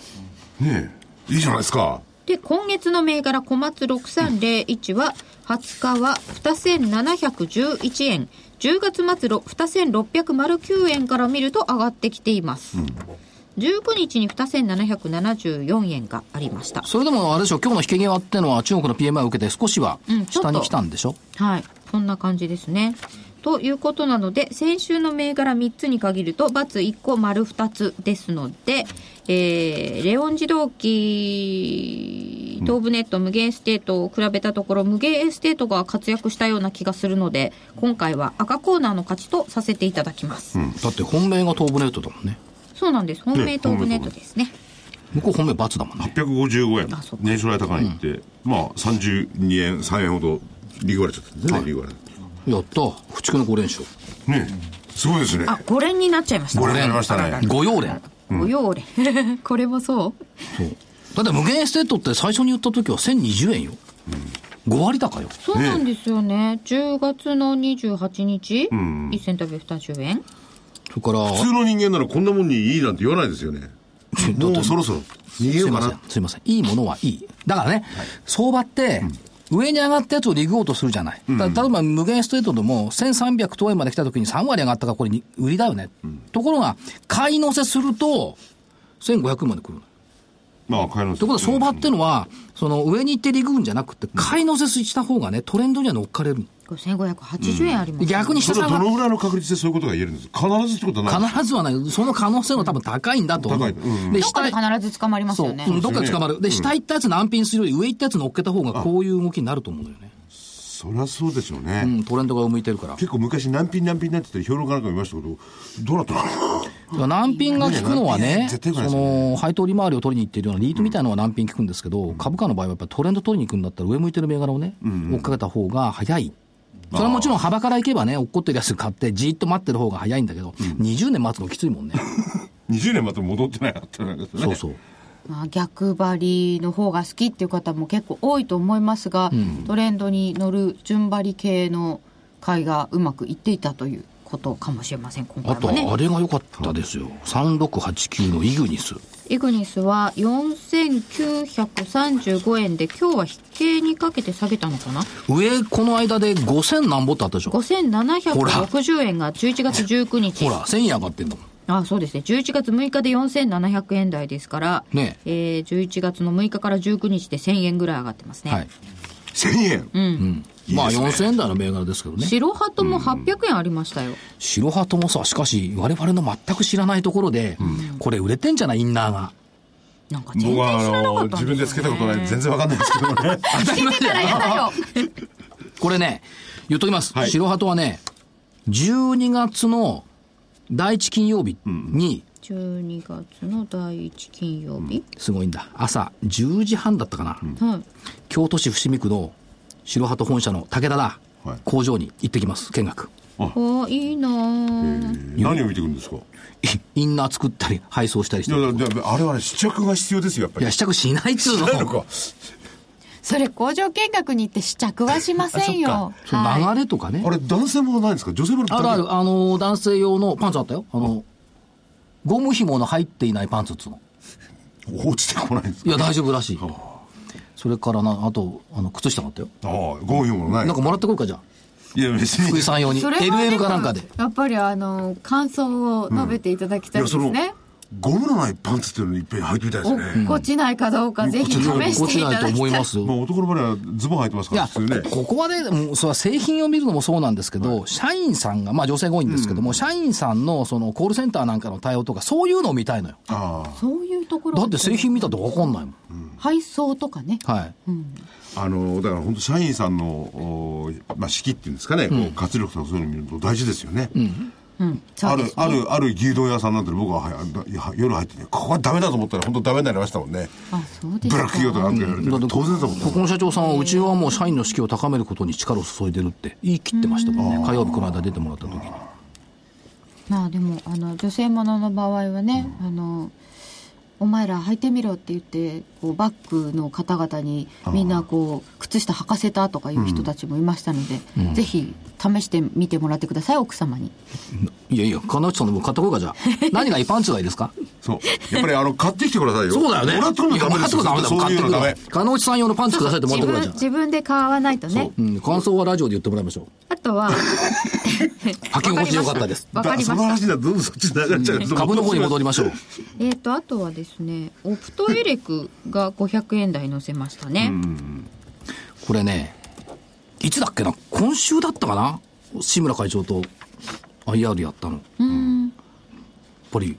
[SPEAKER 5] ねえ。いいじゃないですか。
[SPEAKER 1] で今月の銘柄小松6301は20日は2711円10月末ろ2609円から見ると上がってきています、19日に2774円がありました
[SPEAKER 2] それでもあれでしょ、今日の引け際ってのは中国の PMI を受けて少しは
[SPEAKER 1] うんちょっと
[SPEAKER 2] 下に来たんでしょ、
[SPEAKER 1] はい。そんな感じですね。ということなので、先週の銘柄3つに限ると、×1 個、丸2つですので、えー、レオン自動機、東武ネット、無限エステートを比べたところ、無限エステートが活躍したような気がするので、今回は赤コーナーの勝ちとさせていただきます。
[SPEAKER 2] だって本命が東武ネットだもんね。
[SPEAKER 1] そうなんです。本命東武ネットですね。
[SPEAKER 2] 向こう本命罰だもんね。
[SPEAKER 5] 855円
[SPEAKER 1] あそう。か
[SPEAKER 5] 年初来高値行って、まあ32円、3円ほど利食われちゃったんですね、利食われた。
[SPEAKER 2] やった。不畜の5連勝。
[SPEAKER 5] ねえ。すごいですね。
[SPEAKER 1] あ、5連になっちゃいました。
[SPEAKER 5] ご連になりましたね
[SPEAKER 1] あららら
[SPEAKER 2] 5要連。
[SPEAKER 1] ご用連。これ もそう
[SPEAKER 2] そう。だって無限エステートって最初に言った時は1020円よ。5割高よ。
[SPEAKER 1] そうなんですよね。10月の28日、一銭食べ210円。
[SPEAKER 2] それから、
[SPEAKER 5] 普通の人間ならこんなもんにいいなんて言わないです よね。もうそろそろ逃げ
[SPEAKER 2] す
[SPEAKER 5] よ
[SPEAKER 2] いう
[SPEAKER 5] か
[SPEAKER 2] ませ。。
[SPEAKER 5] なん
[SPEAKER 2] すいません。いいものはいい。だからね、相場って、上に上がったやつをリグおうとするじゃない。だから例えば無限ストレートでも1300等円まで来た時に3割上がったからこれに売りだよね。ところが、買い乗せすると、1500円まで来るの。
[SPEAKER 5] まあ買います。
[SPEAKER 2] ということは相場ってのは、その上に行ってリグうんじゃなくて、買い乗せした方がね、トレンドには乗っかれる。
[SPEAKER 1] 5580円あります、
[SPEAKER 2] 逆に
[SPEAKER 5] そ
[SPEAKER 2] 下
[SPEAKER 5] れ
[SPEAKER 2] さ
[SPEAKER 5] は
[SPEAKER 2] んが
[SPEAKER 5] どのぐらいの確率でそういうことが言えるんですか必ずってことはない。
[SPEAKER 2] 必ずはない。その可能性の多分高いんだと思う。
[SPEAKER 5] 高いうん
[SPEAKER 2] で、
[SPEAKER 1] どっか
[SPEAKER 2] 下
[SPEAKER 1] で
[SPEAKER 2] へ
[SPEAKER 1] 必ず捕まります
[SPEAKER 2] そう
[SPEAKER 1] よ
[SPEAKER 2] う
[SPEAKER 1] ね。
[SPEAKER 2] ん、どっかで捕まる。で、下行ったやつ難品するより上行ったやつ乗っけた方がこういう動きになると思うのよね。
[SPEAKER 5] そりゃそうでしょう
[SPEAKER 2] う
[SPEAKER 5] ね。
[SPEAKER 2] ん、トレンドが向いてるから。
[SPEAKER 5] 結構昔難品難品になってて評論家なんか見ましたけど、どうなったのかな
[SPEAKER 2] 難品が効くのはね、
[SPEAKER 5] 絶
[SPEAKER 2] そ
[SPEAKER 5] 対効かないですよね
[SPEAKER 2] の、配当利回りを取りに行ってるようなリートみたいなのは難品効くんですけど、株価の場合はやっぱりトレンド取りに行くんだったら上向いてる銘柄をね、追っかけた方が早い。それはもちろん幅からいけばね、落っこってるやつ買ってじーっと待ってる方が早いんだけど、20年待つのきついもんね。
[SPEAKER 5] 20年また戻ってないなってなんです ね
[SPEAKER 2] そうそう。
[SPEAKER 1] まあ、逆張りの方が好きっていう方も結構多いと思いますが、トレンドに乗る順張り系の買いがうまくいっていたということかもしれません、今
[SPEAKER 2] あ
[SPEAKER 1] 回
[SPEAKER 2] と
[SPEAKER 1] も
[SPEAKER 2] はあ
[SPEAKER 1] ね。
[SPEAKER 2] れが良かったですよ。3689のイグニス。
[SPEAKER 1] イグニスは4935円で、今日は引けにかけて下げたのかな
[SPEAKER 2] 上、この間で5000何ぼってあったでしょ。
[SPEAKER 1] ?5760 円が11月19日。
[SPEAKER 2] ほら、1000円上がってんだもん。
[SPEAKER 1] あそうですね11月6日で4700円台ですから、
[SPEAKER 2] ね
[SPEAKER 1] えー、11月の6日から19日で1000円ぐらい上がってますね、
[SPEAKER 2] はい。
[SPEAKER 5] 1000円、
[SPEAKER 2] まあ4000円台の銘柄ですけどね。
[SPEAKER 1] 白鳩も800円ありましたよ、
[SPEAKER 2] 白鳩もさ、しかし、我々の全く知らないところで、これ売れてんじゃないインナーが。
[SPEAKER 1] なんか全
[SPEAKER 5] 僕は
[SPEAKER 1] 然
[SPEAKER 5] あ
[SPEAKER 1] 知らなか
[SPEAKER 5] の
[SPEAKER 1] った
[SPEAKER 5] 自
[SPEAKER 1] んですよ、ね、
[SPEAKER 5] 分でつけたことないんで全然わかんないですけどね
[SPEAKER 1] つけてたら嫌だよ
[SPEAKER 2] これね、言っときます。
[SPEAKER 5] はい
[SPEAKER 2] 白鳩はね、12月の第一金曜日に、
[SPEAKER 1] 12月の第1金曜日、
[SPEAKER 2] すごいんだ。朝10時半だったかな。
[SPEAKER 1] はい
[SPEAKER 2] 京都市伏見区の白鳩本社の武田だ、
[SPEAKER 5] はい
[SPEAKER 2] 工場に行ってきます。見学。
[SPEAKER 1] ああいいなあ
[SPEAKER 5] 何を見てくるんですかい
[SPEAKER 2] インナー作ったり、配送したりして
[SPEAKER 5] や
[SPEAKER 2] る。
[SPEAKER 5] だだあれはね試着が必要ですよやっぱ
[SPEAKER 2] い
[SPEAKER 5] り
[SPEAKER 2] や、試着しないっつうの。
[SPEAKER 5] ないのか
[SPEAKER 8] それ工場見学に行って試着はしませんよ。
[SPEAKER 2] その
[SPEAKER 8] はい
[SPEAKER 2] 流れとかね。
[SPEAKER 5] あれ男性ものないんですか女性ものだ
[SPEAKER 2] あ
[SPEAKER 5] け
[SPEAKER 2] るある、あのー男性用のパンツあったよ。あの、ゴム紐の入っていないパンツっつうの。
[SPEAKER 5] 落ちてこないんです
[SPEAKER 2] いや、
[SPEAKER 5] か
[SPEAKER 2] 大丈夫らしい。それからな、あと、あの、靴下があったよ。
[SPEAKER 5] ああゴミもない
[SPEAKER 2] なんかもらってくるか、じゃあ。
[SPEAKER 5] いや別
[SPEAKER 2] 福
[SPEAKER 5] に
[SPEAKER 2] 井さん用に。
[SPEAKER 8] それはでも
[SPEAKER 2] LL かなんかで。
[SPEAKER 8] やっぱりあの感想を述べていただきたいです
[SPEAKER 5] い
[SPEAKER 8] ね。
[SPEAKER 5] ゴムのないパンツっていうのにいっぺん履いてみたいですね、
[SPEAKER 8] 落ちないかどうかぜひ試
[SPEAKER 2] 落
[SPEAKER 8] して
[SPEAKER 2] ち
[SPEAKER 8] いた
[SPEAKER 2] ないと
[SPEAKER 8] だき
[SPEAKER 2] 思い
[SPEAKER 8] たい
[SPEAKER 2] ま。す
[SPEAKER 5] まあ
[SPEAKER 2] よ。
[SPEAKER 5] 男の場合はズボン履いてます
[SPEAKER 2] い
[SPEAKER 5] から
[SPEAKER 2] や、
[SPEAKER 5] 普通ね
[SPEAKER 2] ここはね、うんそれは製品を見るのもそうなんですけど、社員さんが、まあ女性が多いんですけども、社員さんのそのコールセンターなんかの対応とか、そういうのを見たいのよ。
[SPEAKER 5] ああ
[SPEAKER 1] そういうところ
[SPEAKER 2] だって製品見たってわかんないもん。
[SPEAKER 1] 配送とかね
[SPEAKER 2] はい。
[SPEAKER 5] あのだから本当社員さんの、おまあ、士気っていうんですかね、こう活力とかそういうのを見ると大事ですよね、
[SPEAKER 1] そ
[SPEAKER 5] あ
[SPEAKER 1] うで
[SPEAKER 5] る
[SPEAKER 1] す
[SPEAKER 5] あるある牛丼屋さんなんて僕ははだ夜入ってねここはダメだと思ったら本当ダメになりましたもんね
[SPEAKER 1] あそうで
[SPEAKER 5] ブ
[SPEAKER 1] す
[SPEAKER 5] ラック企業とかなんか言われて
[SPEAKER 2] だって
[SPEAKER 5] 当然だもん
[SPEAKER 2] ここの社長さんは、うちはもう社員の士気を高めることに力を注いでるって言い切ってましたもんね。火曜日この間出てもらった時に。
[SPEAKER 1] まあでもあの女性ものの場合はね、あのお前ら履いてみろって言ってこうバッグの方々にみんなこう靴下履かせたとかいう人たちもいましたので、ぜひ試してみてもらってください奥様に
[SPEAKER 2] いやいや、金内さんの分買ってこいか、じゃあ。何が一般違いですか
[SPEAKER 5] そう。やっぱりあの、買ってきてくださいよ。
[SPEAKER 2] そうだよね。
[SPEAKER 5] もらってくるのダメですよ。
[SPEAKER 2] いやもらってくの
[SPEAKER 5] そう
[SPEAKER 2] ダメ
[SPEAKER 5] いう
[SPEAKER 2] だ
[SPEAKER 5] の
[SPEAKER 2] よ。
[SPEAKER 5] ダ
[SPEAKER 2] 買っ
[SPEAKER 5] メ
[SPEAKER 2] てく。るの金内さん用のパンツくださいって持っ
[SPEAKER 8] 自
[SPEAKER 2] てこいか、
[SPEAKER 8] 分
[SPEAKER 2] じゃあ。
[SPEAKER 8] 自分で買わないとね
[SPEAKER 2] うん、感想はラジオで言ってもらいましょう。
[SPEAKER 8] あとは
[SPEAKER 2] 履き心地よかったです
[SPEAKER 8] わかり
[SPEAKER 5] そ
[SPEAKER 8] ま
[SPEAKER 5] の
[SPEAKER 8] した
[SPEAKER 5] 話だとどんどんそっちに流れちゃう。
[SPEAKER 2] 株の方に戻りましょう。
[SPEAKER 1] えー、とあとはですねオプトエレクが500円台乗せましたね、
[SPEAKER 2] これね、いつだっけな今週だったかな志村会長と IR やったの。やっぱり、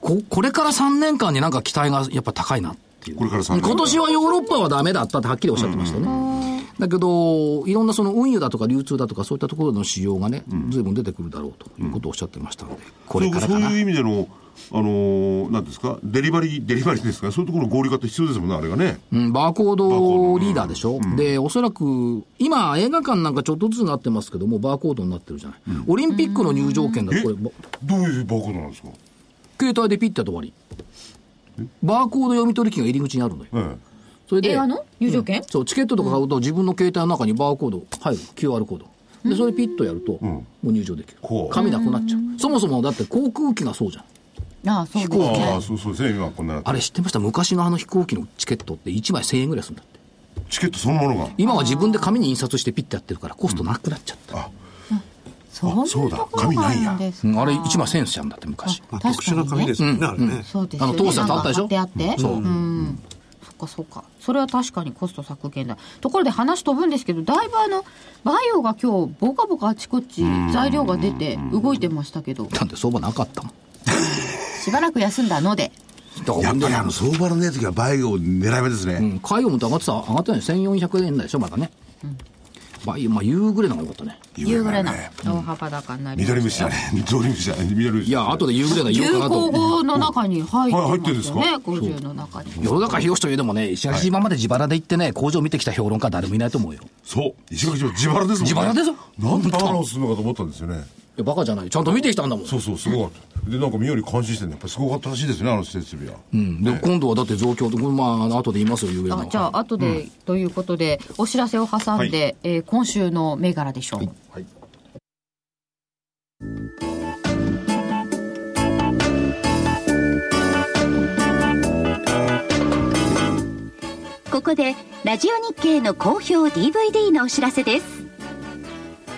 [SPEAKER 2] こ、これから3年間になんか期待がやっぱ高いなっていう。
[SPEAKER 5] これから3年間
[SPEAKER 2] 今年はヨーロッパはダメだったってはっきりおっしゃってましたね。だけど、いろんなその運輸だとか流通だとかそういったところの市場がね、随分出てくるだろうということをおっしゃってましたので、これ
[SPEAKER 5] そう
[SPEAKER 2] から
[SPEAKER 5] そ
[SPEAKER 2] か
[SPEAKER 5] う
[SPEAKER 2] な。
[SPEAKER 5] いう意味での、あのーなんですか、デリバリー、デリバリーですか、そういうところの合理化って必要ですもんね、あれがね。
[SPEAKER 2] うん、バーコードリーダーでしょ、で、おそらく、今、映画館なんかちょっとずつなってますけども、バーコードになってるじゃない。オリンピックの入場券だと、
[SPEAKER 5] え
[SPEAKER 2] これ、ば
[SPEAKER 5] どういうバーコードなんですか
[SPEAKER 2] 携帯でピッてやって終わり。バーコード読み取り機が入り口にあるのよ。
[SPEAKER 5] え
[SPEAKER 2] それで、
[SPEAKER 1] 映画の入場券、
[SPEAKER 2] そう、チケットとか買うと、自分の携帯の中にバーコード入る、QR コード。で、それピッとやると、もう入場できる
[SPEAKER 5] こ。う
[SPEAKER 2] 紙なくなっちゃう。そもそも、だって航空機がそうじゃん。
[SPEAKER 1] ああそうです
[SPEAKER 5] え
[SPEAKER 1] ね
[SPEAKER 5] ああ、そうそうですね、今こんな、
[SPEAKER 2] あれ知ってました昔のあの飛行機のチケットって1枚1000円ぐらいするんだって。
[SPEAKER 5] チケットそのものが。
[SPEAKER 2] 今は自分で紙に印刷してピッてやってるから、コストなくなっちゃった。
[SPEAKER 1] そうい
[SPEAKER 5] そう
[SPEAKER 1] う
[SPEAKER 5] だ
[SPEAKER 1] ところがあ
[SPEAKER 5] 紙
[SPEAKER 1] る
[SPEAKER 5] なんい
[SPEAKER 1] です
[SPEAKER 2] う
[SPEAKER 1] か
[SPEAKER 2] んあれ1枚1000円しちゃうんだって昔。
[SPEAKER 3] まあ特殊な紙ですよね、あれね。
[SPEAKER 1] そうです
[SPEAKER 2] あ
[SPEAKER 1] よ
[SPEAKER 2] の
[SPEAKER 1] ね
[SPEAKER 2] 当社とあったでしょ
[SPEAKER 1] なんか貼ってあって
[SPEAKER 2] そう
[SPEAKER 1] うん、そっかそっかそれは確かにコスト削減だところで話飛ぶんですけどだいぶあのバイオが今日ボカボカあちこち材料が出て動いてましたけど
[SPEAKER 2] だって相場なかったもん。
[SPEAKER 1] しばらく休んだので
[SPEAKER 2] だから
[SPEAKER 5] や
[SPEAKER 2] ほん
[SPEAKER 5] っ
[SPEAKER 2] で
[SPEAKER 5] ぱりあの、相場のね、時はバイオ狙い目です
[SPEAKER 2] う
[SPEAKER 5] ね。
[SPEAKER 2] ん、海運と上がってた、上がってない1400円台でしょ、まだね。まあ、いやまあ、夕暮れなんかよかったね。
[SPEAKER 1] 夕暮れな
[SPEAKER 5] 有名ね
[SPEAKER 1] 大幅高になりま
[SPEAKER 5] 緑
[SPEAKER 1] し
[SPEAKER 5] 虫
[SPEAKER 1] た
[SPEAKER 5] だ
[SPEAKER 1] よ
[SPEAKER 5] ね。緑虫だね。緑虫。
[SPEAKER 2] いや、後で夕暮れな言お
[SPEAKER 1] 流
[SPEAKER 2] うかなと
[SPEAKER 1] 行。語の中に入
[SPEAKER 5] はい
[SPEAKER 1] っ
[SPEAKER 5] 入って
[SPEAKER 1] てま
[SPEAKER 5] るんですす
[SPEAKER 1] よ
[SPEAKER 5] か
[SPEAKER 1] ね50の中に
[SPEAKER 2] 世の中広しといえどもね、石垣島まで自腹で行ってね、工場見てきた評論家誰もいないと思うよ。
[SPEAKER 5] そう。石垣島自腹ですもんね。
[SPEAKER 2] 自腹ですよ
[SPEAKER 5] なんでバカをするのかと思ったんですよね。
[SPEAKER 2] いや、バカじゃない。ちゃんと見てきたんだもん。
[SPEAKER 5] そうそう、すごかった。で、なんか身より監視してね、やっぱりすごかったらしいですね、あの施設備は。
[SPEAKER 2] うん。で、今度はだって増強と、これまああの、後で言いますよ、夕暮れな
[SPEAKER 1] あ
[SPEAKER 2] ん
[SPEAKER 1] じゃ
[SPEAKER 2] か。
[SPEAKER 1] あ後で、ということでお知らせを挟んで、えー今週の銘柄でしょう、
[SPEAKER 6] ここでラジオ日経の好評 DVD のお知らせです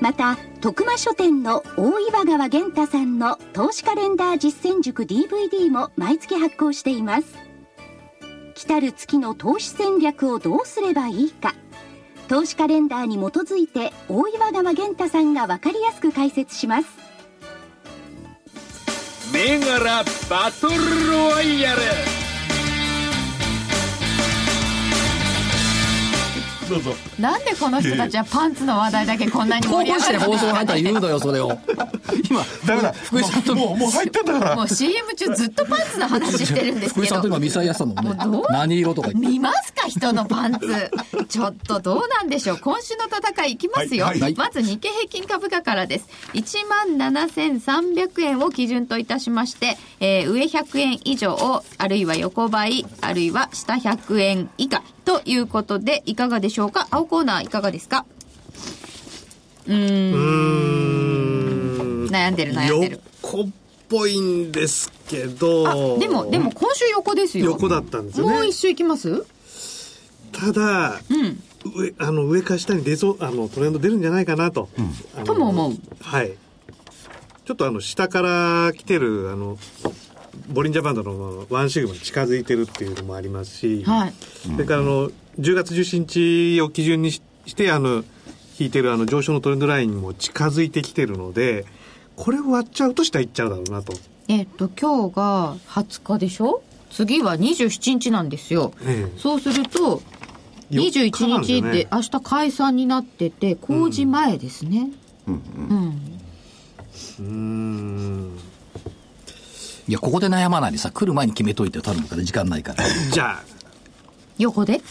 [SPEAKER 6] また徳間書店の大岩川源太さんの投資カレンダー実践塾 DVD も毎月発行しています来たる月の投資戦略をどうすればいいか投資カレンダーに基づいて大岩川源太さんが分かりやすく解説します
[SPEAKER 7] 銘柄バトルロワイヤル
[SPEAKER 5] どうぞ。
[SPEAKER 8] なんでこの人たちはパンツの話題だけこんなに盛り
[SPEAKER 2] 高校
[SPEAKER 8] 上が
[SPEAKER 2] 室で
[SPEAKER 8] るの
[SPEAKER 2] 放送入ったら言うのよ、それを。 今、
[SPEAKER 5] ダメだ。
[SPEAKER 2] 福井さんと、
[SPEAKER 5] もう、もう入ったんだから。
[SPEAKER 8] もう CM 中ずっとパンツの話してるんです
[SPEAKER 2] 福井
[SPEAKER 8] け
[SPEAKER 2] さん
[SPEAKER 8] ど
[SPEAKER 2] と今ミサイやってたもんね
[SPEAKER 8] どう。
[SPEAKER 2] 何色とか言って。
[SPEAKER 8] 見ますか人のパンツちょっとどうなんでしょう今週の戦いいきますよ、
[SPEAKER 5] はい
[SPEAKER 2] はい
[SPEAKER 8] まず日経平均株価からです1万7300円を基準といたしまして、えー上100円以上あるいは横ばいあるいは下100円以下ということでいかがでしょうか青コーナーいかがですかうーん悩んでる悩んでる
[SPEAKER 3] 横っぽいんですけど。
[SPEAKER 8] でもでも今週横ですよ
[SPEAKER 3] 横だったんですよ
[SPEAKER 8] もう
[SPEAKER 3] ね
[SPEAKER 8] 一。周いきます
[SPEAKER 3] ただ、上あの上か下に出そうあのトレンド出るんじゃないかなと。あの
[SPEAKER 8] とも思う。
[SPEAKER 3] はい。ちょっとあの下から来てるあのボリンジャーバンドのワンシグマに近づいてるっていうのもありますし、
[SPEAKER 8] はい
[SPEAKER 3] それからあの10月17日を基準にししてあの引いてるあの上昇のトレンドラインにも近づいてきてるので、これを割っちゃうと下行っちゃうだろうなと。
[SPEAKER 1] えっと、今日が20日でしょ次は27日なんですよ。
[SPEAKER 3] ええ
[SPEAKER 1] そうすると、21日って、
[SPEAKER 3] 4
[SPEAKER 1] 明日解散になってて、工事前ですね。
[SPEAKER 2] いや、ここで悩まないでさ、来る前に決めといてよ頼むから、時間ないから。
[SPEAKER 3] じゃあ
[SPEAKER 1] 横で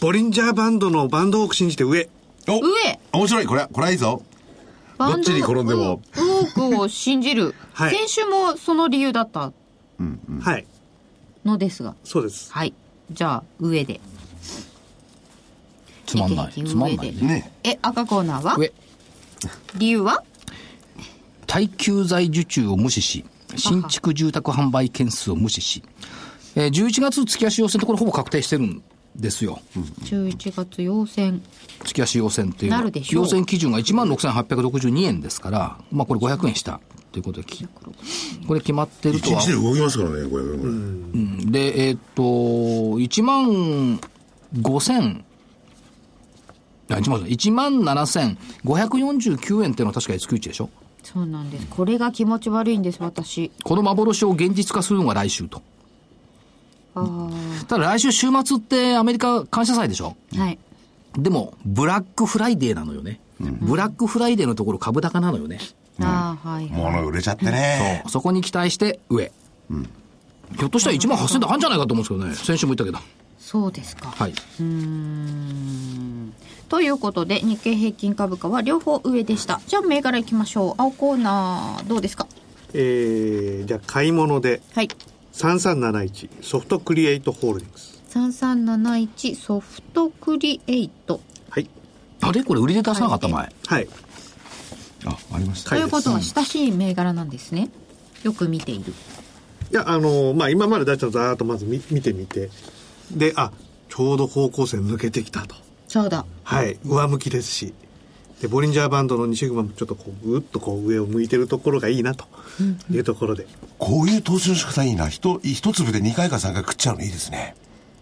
[SPEAKER 3] ボリンジャーバンドのバンドを信じて上
[SPEAKER 5] お
[SPEAKER 1] 上
[SPEAKER 5] 面白いこれこれはいいぞ
[SPEAKER 1] バ
[SPEAKER 5] どっちに転んでも
[SPEAKER 1] ウォークを信じる、
[SPEAKER 3] はい
[SPEAKER 1] 先週もその理由だった
[SPEAKER 3] はい
[SPEAKER 1] のですが
[SPEAKER 3] そうです
[SPEAKER 1] はいじゃあ上で
[SPEAKER 2] つまんない。
[SPEAKER 1] いけいけ
[SPEAKER 2] つまんないね。
[SPEAKER 5] ね
[SPEAKER 1] え赤コーナーは
[SPEAKER 2] 上、
[SPEAKER 1] 理由は
[SPEAKER 2] 耐久財受注を無視し、新築住宅販売件数を無視し、えー11月月足要請ってこれほぼ確定してるんですよ。
[SPEAKER 1] 11月要選
[SPEAKER 2] 月足要請っていうのは
[SPEAKER 1] なるでしょう
[SPEAKER 2] 要請基準が16,862円ですから、まあこれ500円したということで、きこれ決まってる
[SPEAKER 5] 一
[SPEAKER 2] とは
[SPEAKER 5] 日で動きますからねこれこれ、
[SPEAKER 2] で、えーっと、1万5千、あ、1万、1万7千549円っていうのは確か SQ1 でしょ
[SPEAKER 1] そうなんですこれが気持ち悪いんです私
[SPEAKER 2] この幻を現実化するのが来週と。
[SPEAKER 1] あー
[SPEAKER 2] ただ来週週末ってアメリカ感謝祭でしょ
[SPEAKER 1] はい
[SPEAKER 2] でも、ブラックフライデーなのよね。ブラックフライデーのところ株高なのよね。
[SPEAKER 1] あーはい
[SPEAKER 5] 物売れちゃってね
[SPEAKER 2] そこに期待して上。ひょっとしたら1万8000円あるんじゃないかと思うんですけどね。先週も言ったけど。
[SPEAKER 1] そうですか
[SPEAKER 2] はい。
[SPEAKER 1] ということで日経平均株価は両方上でしたじゃあ銘柄いきましょう青コーナーどうですか
[SPEAKER 3] えー、じゃあ買い物で
[SPEAKER 1] はい
[SPEAKER 3] 3371ソフトクリエイトホールディングス
[SPEAKER 1] 3371ソフトクリエイト
[SPEAKER 3] はい
[SPEAKER 2] あれこれ売りで出さなかった前。
[SPEAKER 3] はい
[SPEAKER 5] あありました
[SPEAKER 1] と
[SPEAKER 3] はいいう
[SPEAKER 1] ことは親しい銘柄なんですねよく見ている
[SPEAKER 3] いや、あのまあ、今まで出したのざーっとまず見見てみて。で、あ、ちょうど方向性抜けてきたと。
[SPEAKER 1] そうだ
[SPEAKER 3] はい。上向きですし。で、ボリンジャーバンドの西熊もちょっとこう、ぐーっとこう上を向いてるところがいいなというところで。
[SPEAKER 5] こういう投資の仕方いいな一一粒で2回か3回食っちゃうのいいですね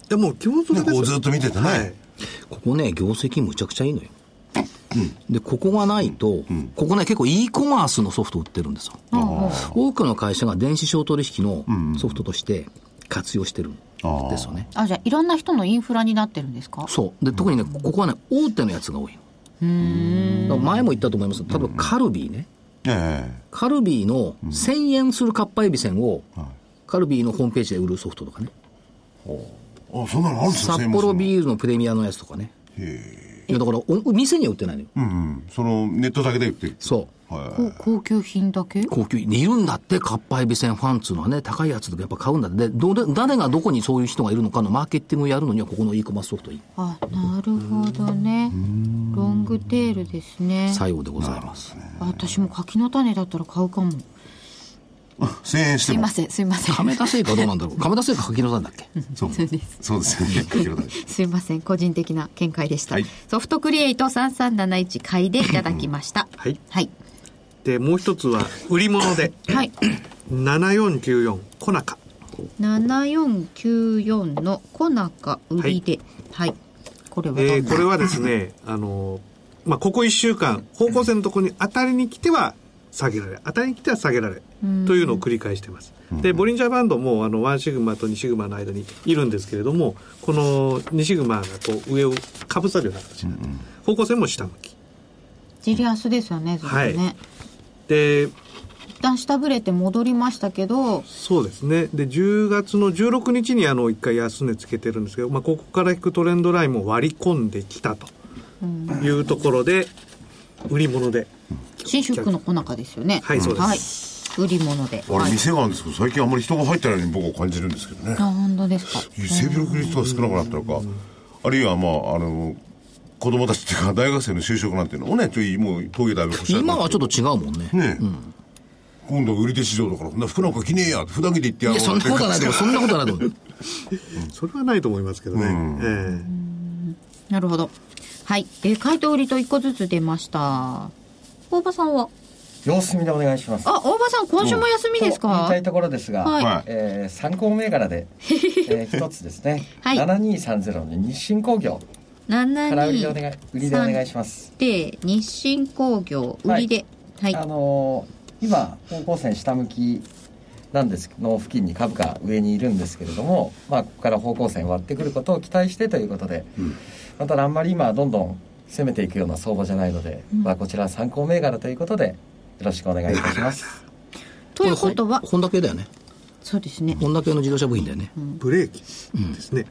[SPEAKER 3] でも、基本それ
[SPEAKER 5] ね
[SPEAKER 3] です
[SPEAKER 5] こ
[SPEAKER 3] よ
[SPEAKER 5] うずっと見ててね、
[SPEAKER 3] はい。
[SPEAKER 2] ここね、業績むちゃくちゃいいのよ。で、ここがないと、ここね、結構 e コマースのソフト売ってるんですよ。多くの会社が電子商取引のソフトとして活用してるんですよね。
[SPEAKER 1] あじゃあいろんな人のインフラになってるんですか
[SPEAKER 2] そう。で、特にね、ここはね、大手のやつが多いの。だから前も言ったと思います。例えばカルビーね。
[SPEAKER 5] ええ
[SPEAKER 2] カルビーの1000円するかっぱえびせんを、カルビーのホームページで売るソフトとかね。
[SPEAKER 5] あそんなのあるんですよ
[SPEAKER 2] 札幌ビールのプレミアのやつとかね。いやだから、お店には売ってないのよ。
[SPEAKER 5] うんうんそのネットだけで売ってる
[SPEAKER 2] そう。
[SPEAKER 1] こ高級品だけ
[SPEAKER 2] 高級にいるんだって、かっぱえびせんファンっつうのはね、高いやつとかやっぱ買うんだって、でどれ誰がどこにそういう人がいるのかのマーケティングをやるのには、ここの e コマースソフトいい
[SPEAKER 1] あなるほどねロングテールですね
[SPEAKER 2] 作用でございます。
[SPEAKER 1] あ私も柿の種だったら買うかも
[SPEAKER 5] 1000円して
[SPEAKER 1] すい
[SPEAKER 5] も
[SPEAKER 1] ませんすいません
[SPEAKER 2] 亀田製菓どうなんだろう亀田製菓柿野さんだっけ
[SPEAKER 5] そうそうですよね広田です
[SPEAKER 1] すいません個人的な見解でした、
[SPEAKER 5] はい
[SPEAKER 1] ソフトクリエイト3371買いでいただきました
[SPEAKER 3] はい
[SPEAKER 1] はい
[SPEAKER 3] で、もう一つは、売り物 で。
[SPEAKER 1] はい
[SPEAKER 3] 7494、コナカ。
[SPEAKER 1] 7494のコナカ売りではい、これはどんな、
[SPEAKER 3] えーこれはです ね、あのまあ、ここ1週間、方向性のところに当たりに来ては下げられ、当たりに来ては下げられ、というのを繰り返してます。で、ボリンジャーバンドも、あの、1シグマと2シグマの間にいるんですけれども、この2シグマがこう上をかぶさるような形になって、方向性も下向き。
[SPEAKER 1] ジリアスですよねずっとね、
[SPEAKER 3] はいで、
[SPEAKER 1] 一旦下振れて戻りましたけど
[SPEAKER 3] そうですね。で、10月の16日にあの、一回安値つけてるんですけど、まあ、ここから引くトレンドラインも割り込んできたというところで、売り物で。
[SPEAKER 1] 新宿のコナカですよね
[SPEAKER 3] はいそう
[SPEAKER 1] です、はい、売り物で
[SPEAKER 5] あ
[SPEAKER 1] は
[SPEAKER 5] れ
[SPEAKER 1] い
[SPEAKER 5] 店があるんですけど最近あんまり人が入ってないように僕は感じるんですけどね
[SPEAKER 1] あ本当ですか
[SPEAKER 5] 性病率が少なくなったのかあるいはまああの子供たちっていうか大学生の就職なんていうのもねちょいもう峠だいぶ越した
[SPEAKER 2] 今はちょっと違うもんね。
[SPEAKER 5] ねえ、今度売り手市場だから、な服なんか着ねえや、ふだけで言ってや
[SPEAKER 2] い
[SPEAKER 5] ろ
[SPEAKER 2] や、
[SPEAKER 5] う
[SPEAKER 2] そんなことはないと 思う。そんなことはないと思う。
[SPEAKER 3] それはないと思いますけどね。え
[SPEAKER 1] なるほどはい、えー、買いと売りと一個ずつ出ました大場さんは
[SPEAKER 4] 様子見でお願いします
[SPEAKER 1] あ大場さん今週も休みです
[SPEAKER 4] と言
[SPEAKER 1] か
[SPEAKER 4] いたいところですが、
[SPEAKER 1] はい
[SPEAKER 5] はい
[SPEAKER 4] えー参考銘柄で、えー一つですね、
[SPEAKER 1] はい
[SPEAKER 4] 7230の日清工業から売りでお願い売りでお願いします、
[SPEAKER 1] で日清工業売りではい、
[SPEAKER 4] あのー今方向線下向きなんですの付近に株価上にいるんですけれども、まあ、ここから方向線割ってくることを期待してということで、まただあんまり今はどんどん攻めていくような相場じゃないので、まあ、こちら参考銘柄ということでよろしくお願いいたします。
[SPEAKER 1] ということは
[SPEAKER 2] れホンダ系だよね。
[SPEAKER 1] そうですね
[SPEAKER 2] ホンダ系の自動車部品だよね。
[SPEAKER 3] ブレーキですね、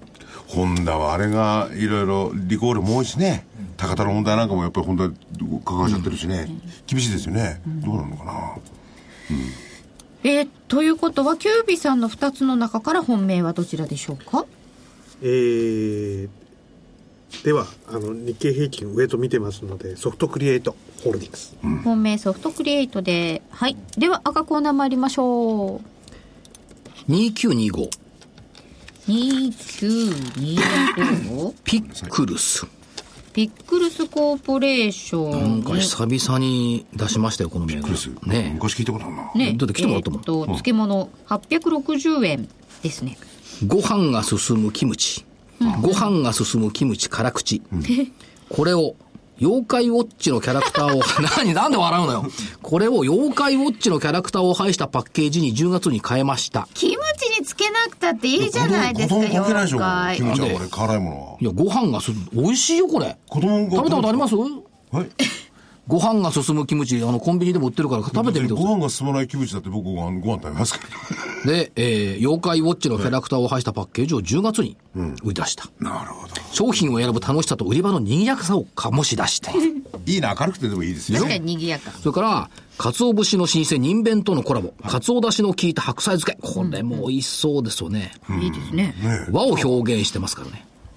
[SPEAKER 5] ホンダはあれがいろいろリコールも多いしね高田の問題なんかもやっぱりホンダ関わっちゃってるしね、厳しいですよね、どうなのかな
[SPEAKER 1] えーということはキュービーさんの2つの中から本命はどちらでしょうか
[SPEAKER 3] えーではあの日経平均上と見てますのでソフトクリエイトホールディングス、
[SPEAKER 1] 本命ソフトクリエイトではいでは赤コーナー参りましょう
[SPEAKER 2] 2925。
[SPEAKER 1] 2925
[SPEAKER 2] ピックルス。
[SPEAKER 1] ピックルスコーポレーショ
[SPEAKER 2] なん
[SPEAKER 1] ン
[SPEAKER 2] か久々に出しましたよ、この銘柄。
[SPEAKER 5] クリス、
[SPEAKER 2] ね
[SPEAKER 5] 昔聞いたことあるな、
[SPEAKER 1] ね
[SPEAKER 2] だって来てもらったもん
[SPEAKER 1] えーと漬物860円ですね
[SPEAKER 2] ご飯が進むキムチ。ご飯が進むキムチ辛口。これを、妖怪ウォッチのキャラクタ ーを、何、なんで笑うのよ。これを妖怪ウォッチのキャラクターを配したパッケージに10月に変えました。
[SPEAKER 8] キムチにつけなくたっていいじゃないですか
[SPEAKER 5] 子供関係ないでしょ
[SPEAKER 8] 妖怪
[SPEAKER 5] キムチは
[SPEAKER 2] なんで
[SPEAKER 5] これ辛いも
[SPEAKER 2] いや、ご飯が進む、美味しいよ、これ。
[SPEAKER 5] 子供が
[SPEAKER 2] 食べたことあります
[SPEAKER 5] のははい
[SPEAKER 2] ご飯が進むキムチ、あの、コンビニでも売ってるから食べてみてくださ
[SPEAKER 5] ご飯が進まないキムチだって僕ご飯ご飯食べますけど
[SPEAKER 2] い。で、えー、妖怪ウォッチのキャラクターを配したパッケージを10月に売り出した。
[SPEAKER 5] なるほど
[SPEAKER 2] 商品を選ぶ楽しさと売り場の賑やかさを醸し出している。
[SPEAKER 5] いいな明るくてでもいいですよ
[SPEAKER 1] 確かに賑やか
[SPEAKER 2] それから、鰹節の老舗、人弁とのコラボ。鰹出汁の効いた白菜漬け。これも美味しそうですよね。
[SPEAKER 1] いいですね
[SPEAKER 2] 和を表現してますか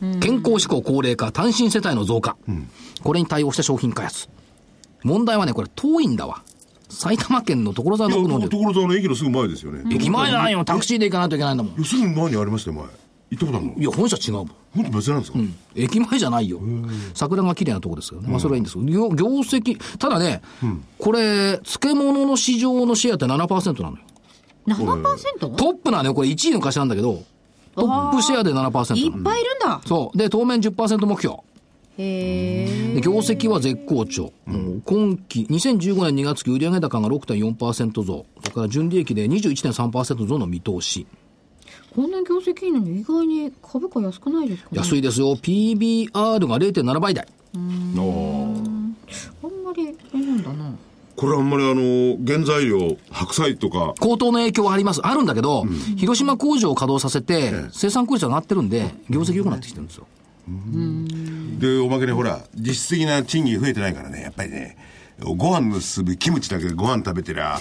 [SPEAKER 2] らね。健康志向高齢化、単身世帯の増加。これに対応した商品開発。問題はね、これ遠いんだわ。埼玉県の所沢
[SPEAKER 5] い
[SPEAKER 2] の
[SPEAKER 5] や
[SPEAKER 2] 奥の方
[SPEAKER 5] と
[SPEAKER 2] で。
[SPEAKER 5] 所沢の駅のすぐ前ですよね、い
[SPEAKER 2] 駅前じゃないよ。タクシーで行かないといけないんだもん。
[SPEAKER 5] やすぐ前にありましたよ前行ったことあるの
[SPEAKER 2] いや、本社違うもん。
[SPEAKER 5] 本当別なんですか、
[SPEAKER 2] 駅前じゃないよ。桜が綺麗なとこですけどね。まあ、それはいいんですけど、業業績、ただね、これ、漬物の市場のシェアって7%なのよ。
[SPEAKER 1] 7%?
[SPEAKER 2] トップなのよ。これ1位の会社なんだけど、トップシェアで7%なの。
[SPEAKER 1] いっぱいいるんだ
[SPEAKER 2] そう。で、当面10%目標。
[SPEAKER 1] へえ
[SPEAKER 2] で業績は絶好調。もう今期、2015年2月期売上高が6.4%増。それから純利益で21.3%増の見通し。
[SPEAKER 1] こんな業績いいのに意外に株価安くないですかね
[SPEAKER 2] 安いですよ。PBR が0.7倍台。
[SPEAKER 1] あんまりあれなんだな
[SPEAKER 5] これあんまりあの原材料白菜とか
[SPEAKER 2] 高騰の影響はあります。あるんだけど、広島工場を稼働させて、生産効率が上がってるんで、業績良くなってきてるんですよ。
[SPEAKER 5] でおまけにほら実質的な賃金増えてないからねやっぱりねご飯のすぶキムチだけでご飯食べてり ゃあ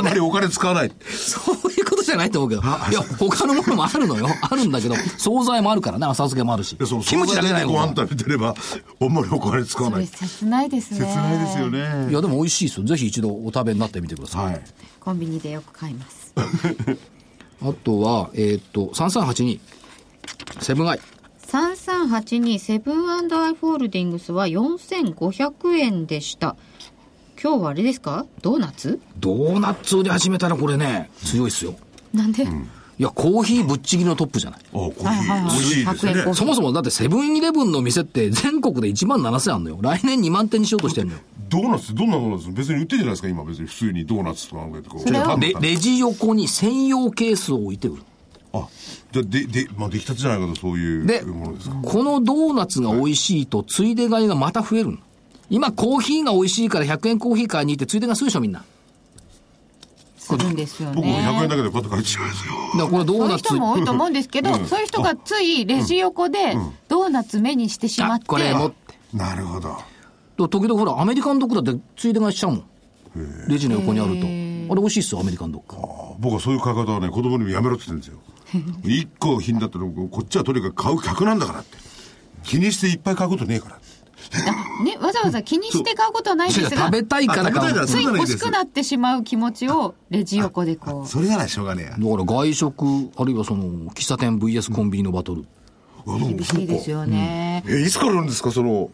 [SPEAKER 5] んまりお金使わない
[SPEAKER 2] そういうことじゃないと思うけど。いや、他のものもある のよ。あるんだけど、惣菜もあるからね、浅漬けもあるし
[SPEAKER 5] でその。
[SPEAKER 2] キムチだけじゃない
[SPEAKER 5] ご
[SPEAKER 2] も
[SPEAKER 5] 飯
[SPEAKER 2] ん。
[SPEAKER 5] 食べてればあんまりお金使わ
[SPEAKER 8] こ
[SPEAKER 5] な
[SPEAKER 8] れ
[SPEAKER 5] い
[SPEAKER 8] 切ないですね
[SPEAKER 5] 切ないですよね
[SPEAKER 2] いや、でも美味しいですよ。ぜひ一度お食べになってみてください。
[SPEAKER 5] はい
[SPEAKER 1] コンビニでよく買います
[SPEAKER 2] あとは、えーっと、3382。セブンアイ。
[SPEAKER 1] 3382セブンアイ・ホールディングスは4500円でした今日はあれですかドーナツ
[SPEAKER 2] ドーナツ売り始めたらこれね、強いっすよ。
[SPEAKER 1] なんで、
[SPEAKER 2] いや、コーヒーぶっちぎりのトップじゃない。
[SPEAKER 5] あコーヒー美味しいですね
[SPEAKER 1] 100円コーヒ
[SPEAKER 2] そもそもだってセブンイレブンの店って全国で1万7000あんのよ。来年2万点にしようとしてるのよ。
[SPEAKER 5] ドーナツどんなドーナツ別に売ってるじゃないですか今別に普通にドーナツとかなんかこう
[SPEAKER 1] れを
[SPEAKER 2] レレジ横に専用ケースを置いて売る。
[SPEAKER 5] あじゃあでで、まあ、出来たてじゃないかとそういう
[SPEAKER 2] で
[SPEAKER 5] ものですか、
[SPEAKER 2] このドーナツが美味しいと、ついで買いがまた増えるの。今、コーヒーが美味しいから100円コーヒー買いに行って、ついで買いするでしょ、みんな。
[SPEAKER 1] するんですよ
[SPEAKER 5] 僕も100
[SPEAKER 1] ね
[SPEAKER 5] 円だけでこうやって買ってきちゃうんですよ
[SPEAKER 2] だからこのド
[SPEAKER 8] そ
[SPEAKER 2] ー
[SPEAKER 8] ういう
[SPEAKER 2] ナツ
[SPEAKER 8] 人。も多いと思うんですけど、そういう人がついレジ横でドーナツ目にしてしま
[SPEAKER 2] あ
[SPEAKER 8] って、
[SPEAKER 2] これ持って。
[SPEAKER 5] なるほど
[SPEAKER 2] だから時々ほら、アメリカンドッグだってついで買いしちゃうもん。レジの横にあると。あれ美味しいっすよ、アメリカンドッグ。
[SPEAKER 5] 僕はそういう買い方はね子供にもやめろって言って るんですよ一個品だったらこっちはとにかく買う客なんだからって気にしていっぱい買うことねえから
[SPEAKER 8] ね、わざわざ気にして買うことはないんですが
[SPEAKER 2] 食、べたいから買う。だか
[SPEAKER 5] あ食べたいから
[SPEAKER 8] つい
[SPEAKER 5] そうならいい
[SPEAKER 8] 欲
[SPEAKER 5] です
[SPEAKER 8] しくなってしまう気持ちをレジ横でこう。
[SPEAKER 5] それならしょうがねえや
[SPEAKER 2] ら外食、あるいはその、喫茶店 VS コンビニのバトル。
[SPEAKER 5] あでもそう
[SPEAKER 8] いいです
[SPEAKER 5] か
[SPEAKER 8] よね。
[SPEAKER 5] えいつからなんですかその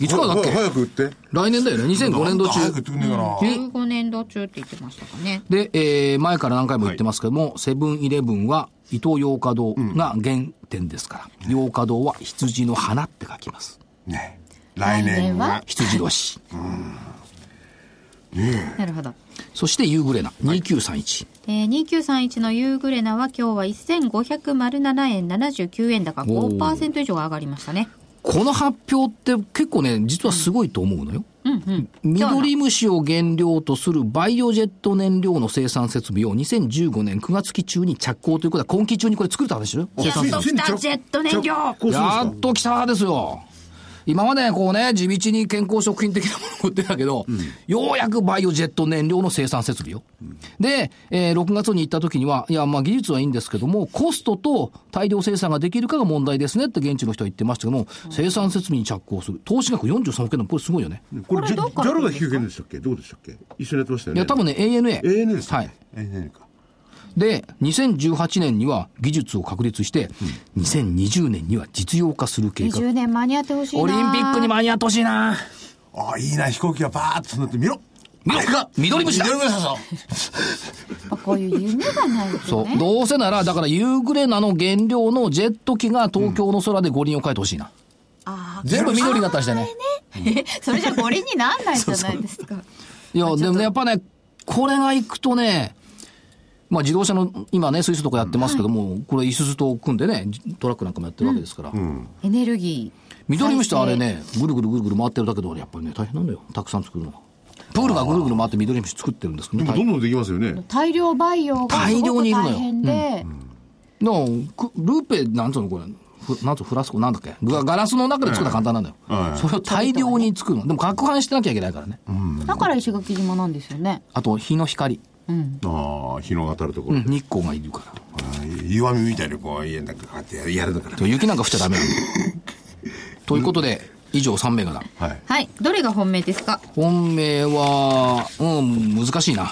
[SPEAKER 2] いつからだっけ
[SPEAKER 5] はは早く売って
[SPEAKER 2] 来年だよね、2005年度中
[SPEAKER 5] 早。く売ってくんねえかな、
[SPEAKER 1] 15年度中って言ってましたかね
[SPEAKER 2] で、えー前から何回も言ってますけども、セブンイレブンは伊東洋華堂が原点ですから、洋華堂は羊の花って書きます。
[SPEAKER 5] ね来年は
[SPEAKER 2] 羊年。
[SPEAKER 1] なるほど
[SPEAKER 2] そして夕暮れな、2931。
[SPEAKER 8] えー、2931のユーグレナは今日は1507円79円高
[SPEAKER 2] おー
[SPEAKER 8] 5%以上上がりましたね。
[SPEAKER 2] この発表って結構ね、実はすごいと思うのよ。
[SPEAKER 8] うんうん。
[SPEAKER 2] 緑虫を原料とするバイオジェット燃料の生産設備を2015年9月期中に着工ということは今期中にこれ作るって話よ。
[SPEAKER 5] あ
[SPEAKER 8] やっと来たジェット燃料
[SPEAKER 5] 着工するんです
[SPEAKER 2] や
[SPEAKER 5] か
[SPEAKER 2] っと来たですよ。今までこうね、地道に健康食品的なものを売ってたけど、ようやくバイオジェット燃料の生産設備よ。で、えー6月に行った時には、いや、まあ技術はいいんですけども、コストと大量生産ができるかが問題ですねって現地の人は言ってましたけども、生産設備に着工する。投資額43億円の、これすごいよね。
[SPEAKER 5] こ
[SPEAKER 8] こ
[SPEAKER 5] れ、
[SPEAKER 8] れ
[SPEAKER 5] ジ
[SPEAKER 8] ど
[SPEAKER 5] ャ
[SPEAKER 8] っから
[SPEAKER 5] ルが引き受けるんでしたっけどうでしたっけ一緒にやってましたよ
[SPEAKER 2] い
[SPEAKER 5] ね。
[SPEAKER 2] や、多分ね、ANA。
[SPEAKER 5] ANA です
[SPEAKER 2] は
[SPEAKER 5] はいい。。ANA か。
[SPEAKER 2] で、2018年には技術を確立して、2020年には実用化する計画。
[SPEAKER 1] 20年間に合ってほしいな
[SPEAKER 2] オリンピックに間に合ってほしいな
[SPEAKER 5] ああ、いいな、飛行機がバーッと飛んでって、見ろ
[SPEAKER 2] 見ろ緑虫だ
[SPEAKER 5] 緑虫だぞ
[SPEAKER 1] やっぱこういう夢がないと
[SPEAKER 2] そう。
[SPEAKER 1] ね
[SPEAKER 2] どうせなら、だから夕暮れなの原料のジェット機が東京の空で五輪を描いてほしいな。全部緑になったりしてね。
[SPEAKER 1] それじゃ五輪になんないじゃないですか
[SPEAKER 2] いや、でもね、やっぱね、これが行くとね、まあ自動車の、今ね、水素とかやってますけども、これ、いすずと組んでね、トラックなんかもやってるわけですから。
[SPEAKER 1] エネルギ
[SPEAKER 2] 緑虫ってあれね、ぐるぐるぐるぐる回ってるだけど、やっぱりね、大変なんだよ。たくさん作るのは。プールがぐるぐる回って緑虫作ってるんですけ
[SPEAKER 5] で
[SPEAKER 2] どね。大
[SPEAKER 5] もど
[SPEAKER 2] 変
[SPEAKER 5] んどんできますよね
[SPEAKER 1] ー。大量培養がす
[SPEAKER 2] 大量
[SPEAKER 1] ご
[SPEAKER 2] に
[SPEAKER 1] く
[SPEAKER 2] いるのよ
[SPEAKER 1] 大変で
[SPEAKER 2] だからくルーペ、なんつうのこれ、ふなんつうのフラスコ、なんだっけガガラスの中で作るのは簡単なんだよ。
[SPEAKER 5] はい
[SPEAKER 2] それを大量に作るの。でも、攪拌してなきゃいけないからね。
[SPEAKER 1] だから石垣島なんですよね
[SPEAKER 2] あと、日の光。
[SPEAKER 5] ああ、日の当たるとこ
[SPEAKER 2] う
[SPEAKER 5] ろ
[SPEAKER 2] ん。日光がいるから。
[SPEAKER 5] あー岩見みたいにこう、家の中こうやってやるのか
[SPEAKER 2] そう雪なんか降っちゃダ メなの。ということで、以上3名がだ。
[SPEAKER 5] ら。はい。
[SPEAKER 8] はい。どれが本命ですか
[SPEAKER 2] 本命は、うん、難しいな。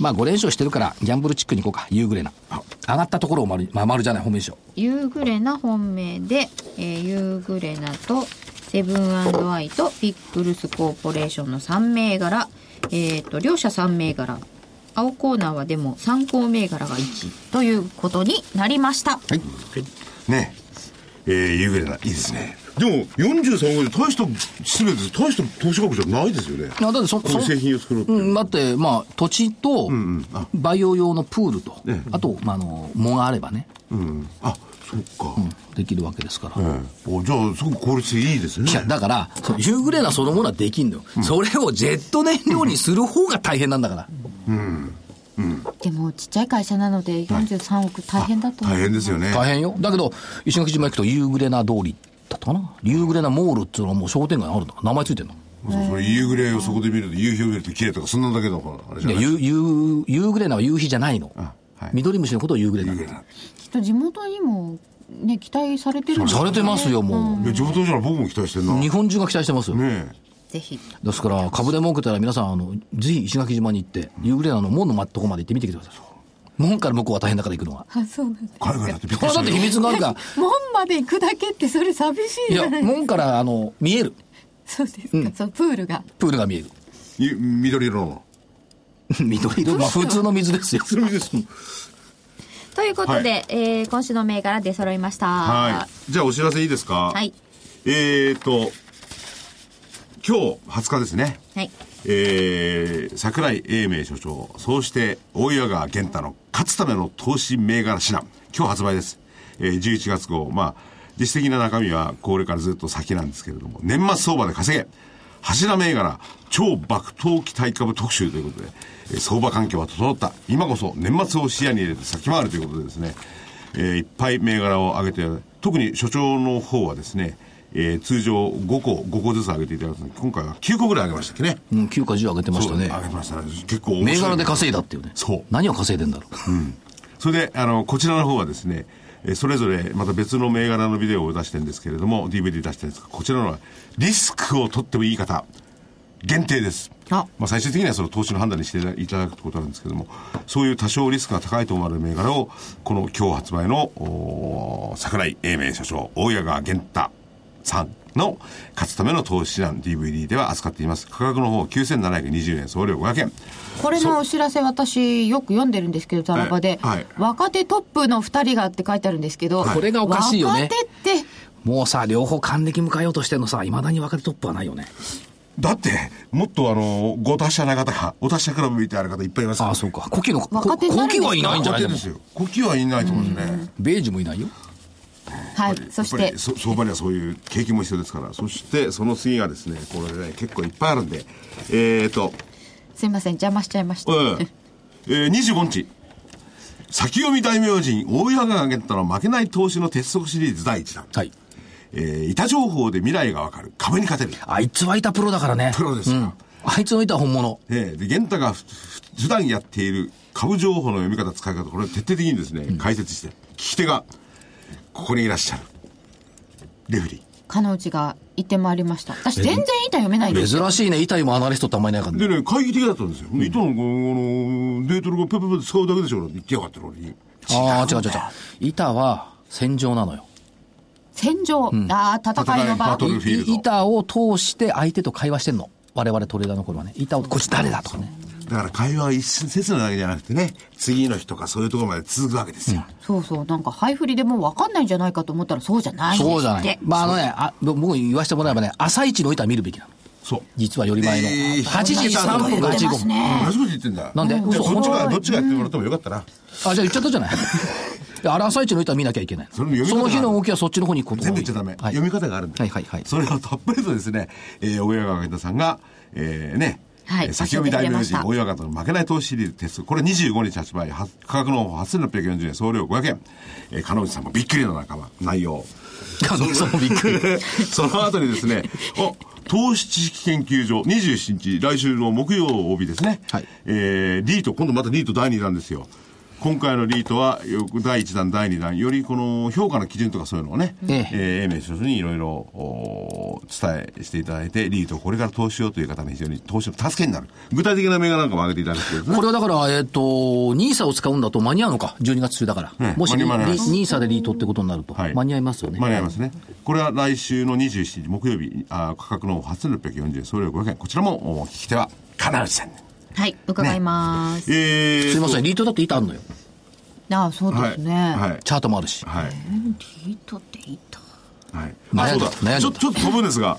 [SPEAKER 2] まあ、5連勝してるから、ギャンブルチックに行こうか。夕暮れな。上がったところを丸い、まあ、丸じゃない、本命でしょ。
[SPEAKER 8] ユーグレナ本命で、えーユーグレナとセブンアイとピックルスコーポレーションの3銘柄、えっ、と、両者3銘柄。青コーナーはでも参考銘柄が1ということになりました。
[SPEAKER 5] ねえ、えー、夕暮れないいですね。でも、43億円で大した失礼です。大した投資額じゃないですよね。
[SPEAKER 2] いやだってそ
[SPEAKER 5] こういう
[SPEAKER 2] そ
[SPEAKER 5] 製品を作ろうっていう
[SPEAKER 2] うん、だってまあ土地と
[SPEAKER 5] んあ
[SPEAKER 2] 培養用のプールと、
[SPEAKER 5] ええ
[SPEAKER 2] あと、まあ、あの藻があればね
[SPEAKER 5] うん。あ、そっか。
[SPEAKER 2] できるわけですから、
[SPEAKER 5] ええおじゃあ、すごく効率いいですね。
[SPEAKER 2] いやだからその夕暮れなそのものはできんのよ、それをジェット燃料にする方が大変なんだから、
[SPEAKER 1] でもちっちゃい会社なので43億大変だと思う
[SPEAKER 5] 大変ですよね。
[SPEAKER 2] 大変よだけど石垣島行くと夕暮れな通りだったかな夕暮れなモールっていうのはもう商店街にあるんだから名前ついてんの
[SPEAKER 5] そうそれ夕暮れをそこで見ると、夕日を見ると綺麗とか、そんなだけのほらあれじゃ
[SPEAKER 2] で
[SPEAKER 5] ない。
[SPEAKER 2] 夕夕夕暮れなは夕日じゃないの、
[SPEAKER 5] はい
[SPEAKER 2] 緑虫のことを夕暮れ
[SPEAKER 5] 夕
[SPEAKER 2] な
[SPEAKER 5] 暮れだ。
[SPEAKER 1] きっと地元にもね期待されてるんですよ
[SPEAKER 2] さ
[SPEAKER 1] ね
[SPEAKER 2] れてますよも
[SPEAKER 5] いや、地元じゃ僕も期待してん
[SPEAKER 2] う、
[SPEAKER 5] な。
[SPEAKER 2] 日
[SPEAKER 5] ね
[SPEAKER 2] 本中が期待してますよ、
[SPEAKER 5] え。
[SPEAKER 8] ぜひ。
[SPEAKER 2] ですから、株で儲けたら皆さん、あの、ぜひ石垣島に行って、夕暮れのあの門のまとこまで行ってみてください。門から向こうは大変だから行くのは。
[SPEAKER 1] あそうなんだ
[SPEAKER 5] 海外だってびっ
[SPEAKER 2] こ
[SPEAKER 5] くり
[SPEAKER 2] れだ
[SPEAKER 5] した
[SPEAKER 2] っ
[SPEAKER 5] よ。
[SPEAKER 2] て秘密があるから、
[SPEAKER 1] 門まで行くだけってそれ寂しい
[SPEAKER 2] い
[SPEAKER 1] じゃ
[SPEAKER 2] や
[SPEAKER 1] ない、ですか
[SPEAKER 2] 門から、あの、見える。
[SPEAKER 1] そうですか、そのプールが
[SPEAKER 2] プールが見える。
[SPEAKER 5] ゆ緑色の。
[SPEAKER 2] 緑色。まあ、普通の水ですよ。普通の水です。
[SPEAKER 8] ということで、
[SPEAKER 5] は
[SPEAKER 8] えー今週の銘柄出揃いました。
[SPEAKER 5] はい。じゃあ、お知らせいいですか
[SPEAKER 8] はい。
[SPEAKER 5] えーと、今日20日ですね。
[SPEAKER 8] はい。
[SPEAKER 5] えー、桜井英明所長、そうして大岩川源太の勝つための投資銘柄指南、今日発売です。えー、11月号、まあ、実質的な中身はこれからずっと先なんですけれども、年末相場で稼げ柱銘柄、超爆投機対株特集ということで、えー相場環境は整った。今こそ年末を視野に入れて先回るということでですね、えーいっぱい銘柄を上げて、特に所長の方はですね、えー通常5個、5個ずつ上げていただくんですが今回は9個ぐらい上げましたっけね。
[SPEAKER 2] うん、9か10上げてまし
[SPEAKER 5] そ
[SPEAKER 2] た
[SPEAKER 5] う
[SPEAKER 2] ね。
[SPEAKER 5] 上げましたね。結構面
[SPEAKER 2] 銘
[SPEAKER 5] 白
[SPEAKER 2] 柄
[SPEAKER 5] い
[SPEAKER 2] で稼いだっていうね。
[SPEAKER 5] そう
[SPEAKER 2] 何を稼いでんだろう。
[SPEAKER 5] それで、あの、こちらの方はですね、えーそれぞれまた別の銘柄のビデオを出してるんですけれども、DVD 出してるんですが、こちらのはリスクを取ってもいい方、限定です。
[SPEAKER 8] あ
[SPEAKER 5] まあ、最終的にはその投資の判断にしていただくということなんですけれども、そういう多少リスクが高いと思われる銘柄を、この今日発売の、おー桜井英明所長、大谷川源太さんの勝つための投資案 DVD では扱っています。価格の方9720円、送料500円。
[SPEAKER 1] これのお知らせ私よく読んでるんですけどザラバで、
[SPEAKER 5] はいはい
[SPEAKER 1] 若手トップの2人がって書いてあるんですけど、
[SPEAKER 2] これがおかしいよね
[SPEAKER 1] 若手って
[SPEAKER 2] もうさ、両方還暦迎えようとしてんのさ、いまだに若手トップはないよね。
[SPEAKER 5] だって、もっとあの、ご達者な方が、お達者クラブみたいな方いっぱいいます
[SPEAKER 2] あ
[SPEAKER 5] から。
[SPEAKER 2] あ、そうか。コキの、コ
[SPEAKER 1] 若手になるんで
[SPEAKER 2] キ
[SPEAKER 1] すか
[SPEAKER 2] はいないんじゃ
[SPEAKER 5] 若
[SPEAKER 2] ない
[SPEAKER 5] 手
[SPEAKER 2] で
[SPEAKER 5] で
[SPEAKER 2] も
[SPEAKER 5] すよ。呼吸はいないと思うんですよね。
[SPEAKER 2] ベージュもいないよ。
[SPEAKER 1] はい、そし
[SPEAKER 5] やってぱりそ相場にはそういう景気も必要ですから。そして、その次がですね、これね、結構いっぱいあるんで、えーと、
[SPEAKER 1] すいません邪魔しちゃいました、
[SPEAKER 5] えええー、25日。先読み大名人、大岩川源太の負けない投資の鉄則シリーズ第1弾。
[SPEAKER 2] はい。
[SPEAKER 5] えー、板情報で未来がわかる。株に勝てる。
[SPEAKER 2] あいつはいたプロだからね。
[SPEAKER 5] プロです
[SPEAKER 2] う
[SPEAKER 5] よ
[SPEAKER 2] ん。あいつのいた本物。
[SPEAKER 5] えーで、玄太がふふ普段やっている株情報の読み方、使い方、これを徹底的にですね、解説して、聞き手が、ここにいらっしゃる。レフェリー。
[SPEAKER 1] かのうちが行ってまいりました私全然板読めないんですよ
[SPEAKER 2] 珍しいね、いたりもアナリストってあんまりいないからね。
[SPEAKER 5] でね、会議的だったんですよ。で糸の、この、デートのペペペで使うだけでしょ、なんて言ってやがってる俺に。
[SPEAKER 2] ああ、違う違う違う。板は戦場なのよ。
[SPEAKER 1] 戦場、ああ戦いの場
[SPEAKER 5] バトルフィールド
[SPEAKER 2] い板を通して相手と会話してんの。我々トレーダーの頃はね。板を、こいつ誰だとかね。
[SPEAKER 5] だから会話は一節のだけじゃなくてね、次の日とかそういうところまで続くわけですよ。
[SPEAKER 1] そうそうなんか配振りでもう分かんないんじゃないかと思ったらそうじゃないんですって
[SPEAKER 2] そうじゃない。まああのね、あ僕言わせてもらえばね、朝一の板見るべきなの。
[SPEAKER 5] そう。
[SPEAKER 2] 実はより前の。
[SPEAKER 5] えー
[SPEAKER 2] 8時3分か8時5分。
[SPEAKER 5] 同じこと言ってんだ。
[SPEAKER 2] なんで
[SPEAKER 5] じゃあ
[SPEAKER 2] そう
[SPEAKER 5] どっちが、どっちがやってもらってもよかったな。
[SPEAKER 2] あ、じゃあ言っちゃったじゃない。いやあれ朝一の板見なきゃいけない
[SPEAKER 5] そ
[SPEAKER 2] そ
[SPEAKER 5] れも読み方が
[SPEAKER 2] の日の動きはそっちの方に行くことが
[SPEAKER 5] 全
[SPEAKER 2] 多
[SPEAKER 5] 部
[SPEAKER 2] い
[SPEAKER 5] 言っちゃダメ。
[SPEAKER 2] はい
[SPEAKER 5] 読み方があるんだ。
[SPEAKER 2] はいはいはい
[SPEAKER 5] それをたっぷりとですね、えー、大岩川源太さんが、えー、ね、
[SPEAKER 1] はい
[SPEAKER 5] えー先読み
[SPEAKER 1] 教えてくれ
[SPEAKER 5] 大名人、
[SPEAKER 1] ました
[SPEAKER 5] 大岩川との負けない投資シリーズ鉄則。これ25日発売、は価格の方8640円、送料500円。えー、金内さんもびっくりの仲間、内容。
[SPEAKER 2] あのそのびっくり。
[SPEAKER 5] その後にです ね、あ、投資知識研究所、27日、来週の木曜日ですね。
[SPEAKER 2] はい
[SPEAKER 5] えー、リート、今度またリート第2弾ですよ。今回のリートは、よく第1弾、第2弾、よりこの評価の基準とかそういうのをね、
[SPEAKER 2] ええ
[SPEAKER 5] えー、英明所にいろいろお伝えしていただいて、リートをこれから投資をという方に非常に投資の助けになる。具体的な銘柄なんかも上げていただくというですね
[SPEAKER 2] これはだから、えっ、と、NISA を使うんだと間に合うのか、12月中だから。
[SPEAKER 5] うん
[SPEAKER 2] もし
[SPEAKER 5] 間
[SPEAKER 2] リ、
[SPEAKER 5] に合います
[SPEAKER 2] NISA でリートってことになると、
[SPEAKER 5] はい
[SPEAKER 2] 間に合いますよね。
[SPEAKER 5] 間に合いますね。これは来週の27日木曜日、あ価格の8640円、送料500円。こちらもお聞き手は、金内さん。
[SPEAKER 1] はい伺います、
[SPEAKER 5] えー、
[SPEAKER 2] すいません、リートだって板あるのよ。
[SPEAKER 1] ああそう
[SPEAKER 5] は
[SPEAKER 1] で
[SPEAKER 5] い
[SPEAKER 1] すね、
[SPEAKER 5] はい
[SPEAKER 2] チャートもあるし。
[SPEAKER 5] はい
[SPEAKER 1] リートっていた
[SPEAKER 5] はいあ
[SPEAKER 2] 悩
[SPEAKER 5] そ
[SPEAKER 2] ん
[SPEAKER 5] う
[SPEAKER 2] だ
[SPEAKER 5] だ
[SPEAKER 2] 悩んだ
[SPEAKER 5] ちょちょっと飛ぶんですが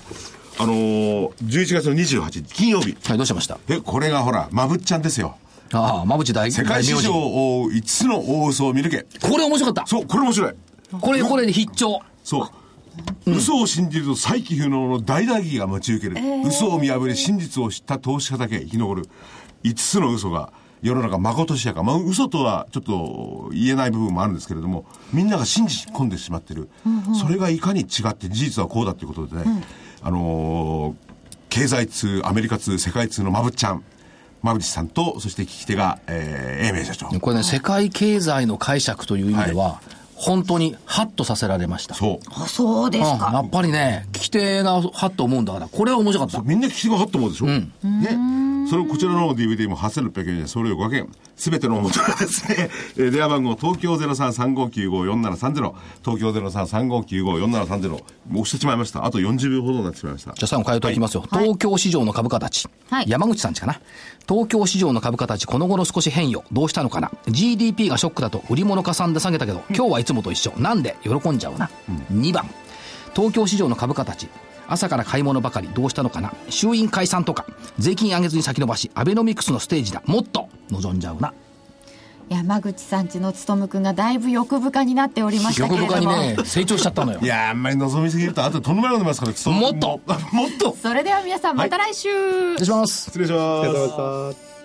[SPEAKER 5] あのー、11月の28日金曜日
[SPEAKER 2] はい、どうしました
[SPEAKER 5] でこれがほらまぶっちゃんですよ
[SPEAKER 2] ああ、まぶち大
[SPEAKER 5] 世界史上
[SPEAKER 2] 大名
[SPEAKER 5] を覆う5つの大嘘を見抜け
[SPEAKER 2] 人これ面白かった。
[SPEAKER 5] そうこれ面白い
[SPEAKER 2] これ、これ必聴。
[SPEAKER 5] そう嘘を信じると再起不能の大打撃が待ち受ける、嘘を見破り真実を知った投資家だけ生き残る5つの嘘が世の中まことしやか、まあ、嘘とはちょっと言えない部分もあるんですけれどもみんなが信じ込んでしまってる、それがいかに違って事実はこうだっていうことでね、あのー経済通アメリカ通世界通のまぶっちゃんまぶちさんとそして聞き手が、えー、英明社長
[SPEAKER 2] これね、世界経済の解釈という意味では、本当にハッとさせられました。
[SPEAKER 5] そう
[SPEAKER 1] あそうで
[SPEAKER 2] う
[SPEAKER 1] す
[SPEAKER 2] んや
[SPEAKER 1] か
[SPEAKER 2] っぱりね、聞き手がハッと思うんだから、これは面白かった。
[SPEAKER 5] みんな聞き手がはっと思うでしょ、ね。それをこちらの DVD も8600円で、それを500円。すべてのおもちゃがですね、えー電話番号、東京0335954730、東京0335954730、押してしまいました。あと40秒ほどになってしまいました。
[SPEAKER 2] じゃあ最後変えておきますよ。東京市場の株価たち。
[SPEAKER 1] はい
[SPEAKER 2] 山口さんちかな。東京市場の株価たち、この頃少し変よ。どうしたのかな。GDP がショックだと売り物かさんで下げたけど、今日はいつもと一緒。なんで喜んじゃうな。2番。東京市場の株価たち。朝から買い物ばかりどうしたのかな衆院解散とか税金上げずに先延ばしアベノミクスのステージだもっと望んじゃうな
[SPEAKER 1] 山口さんちの勉君がだいぶ欲深になっておりましたけ
[SPEAKER 2] 横
[SPEAKER 1] れども
[SPEAKER 2] 深にね成長しちゃったのよ
[SPEAKER 5] いやーあんまり望みすぎると、あととんでもなくなりますから、
[SPEAKER 2] もっと
[SPEAKER 5] もっと
[SPEAKER 1] それでは皆さんまた来週、
[SPEAKER 2] 失礼します
[SPEAKER 5] 失礼しま
[SPEAKER 3] あ
[SPEAKER 5] す。
[SPEAKER 3] りがとうございました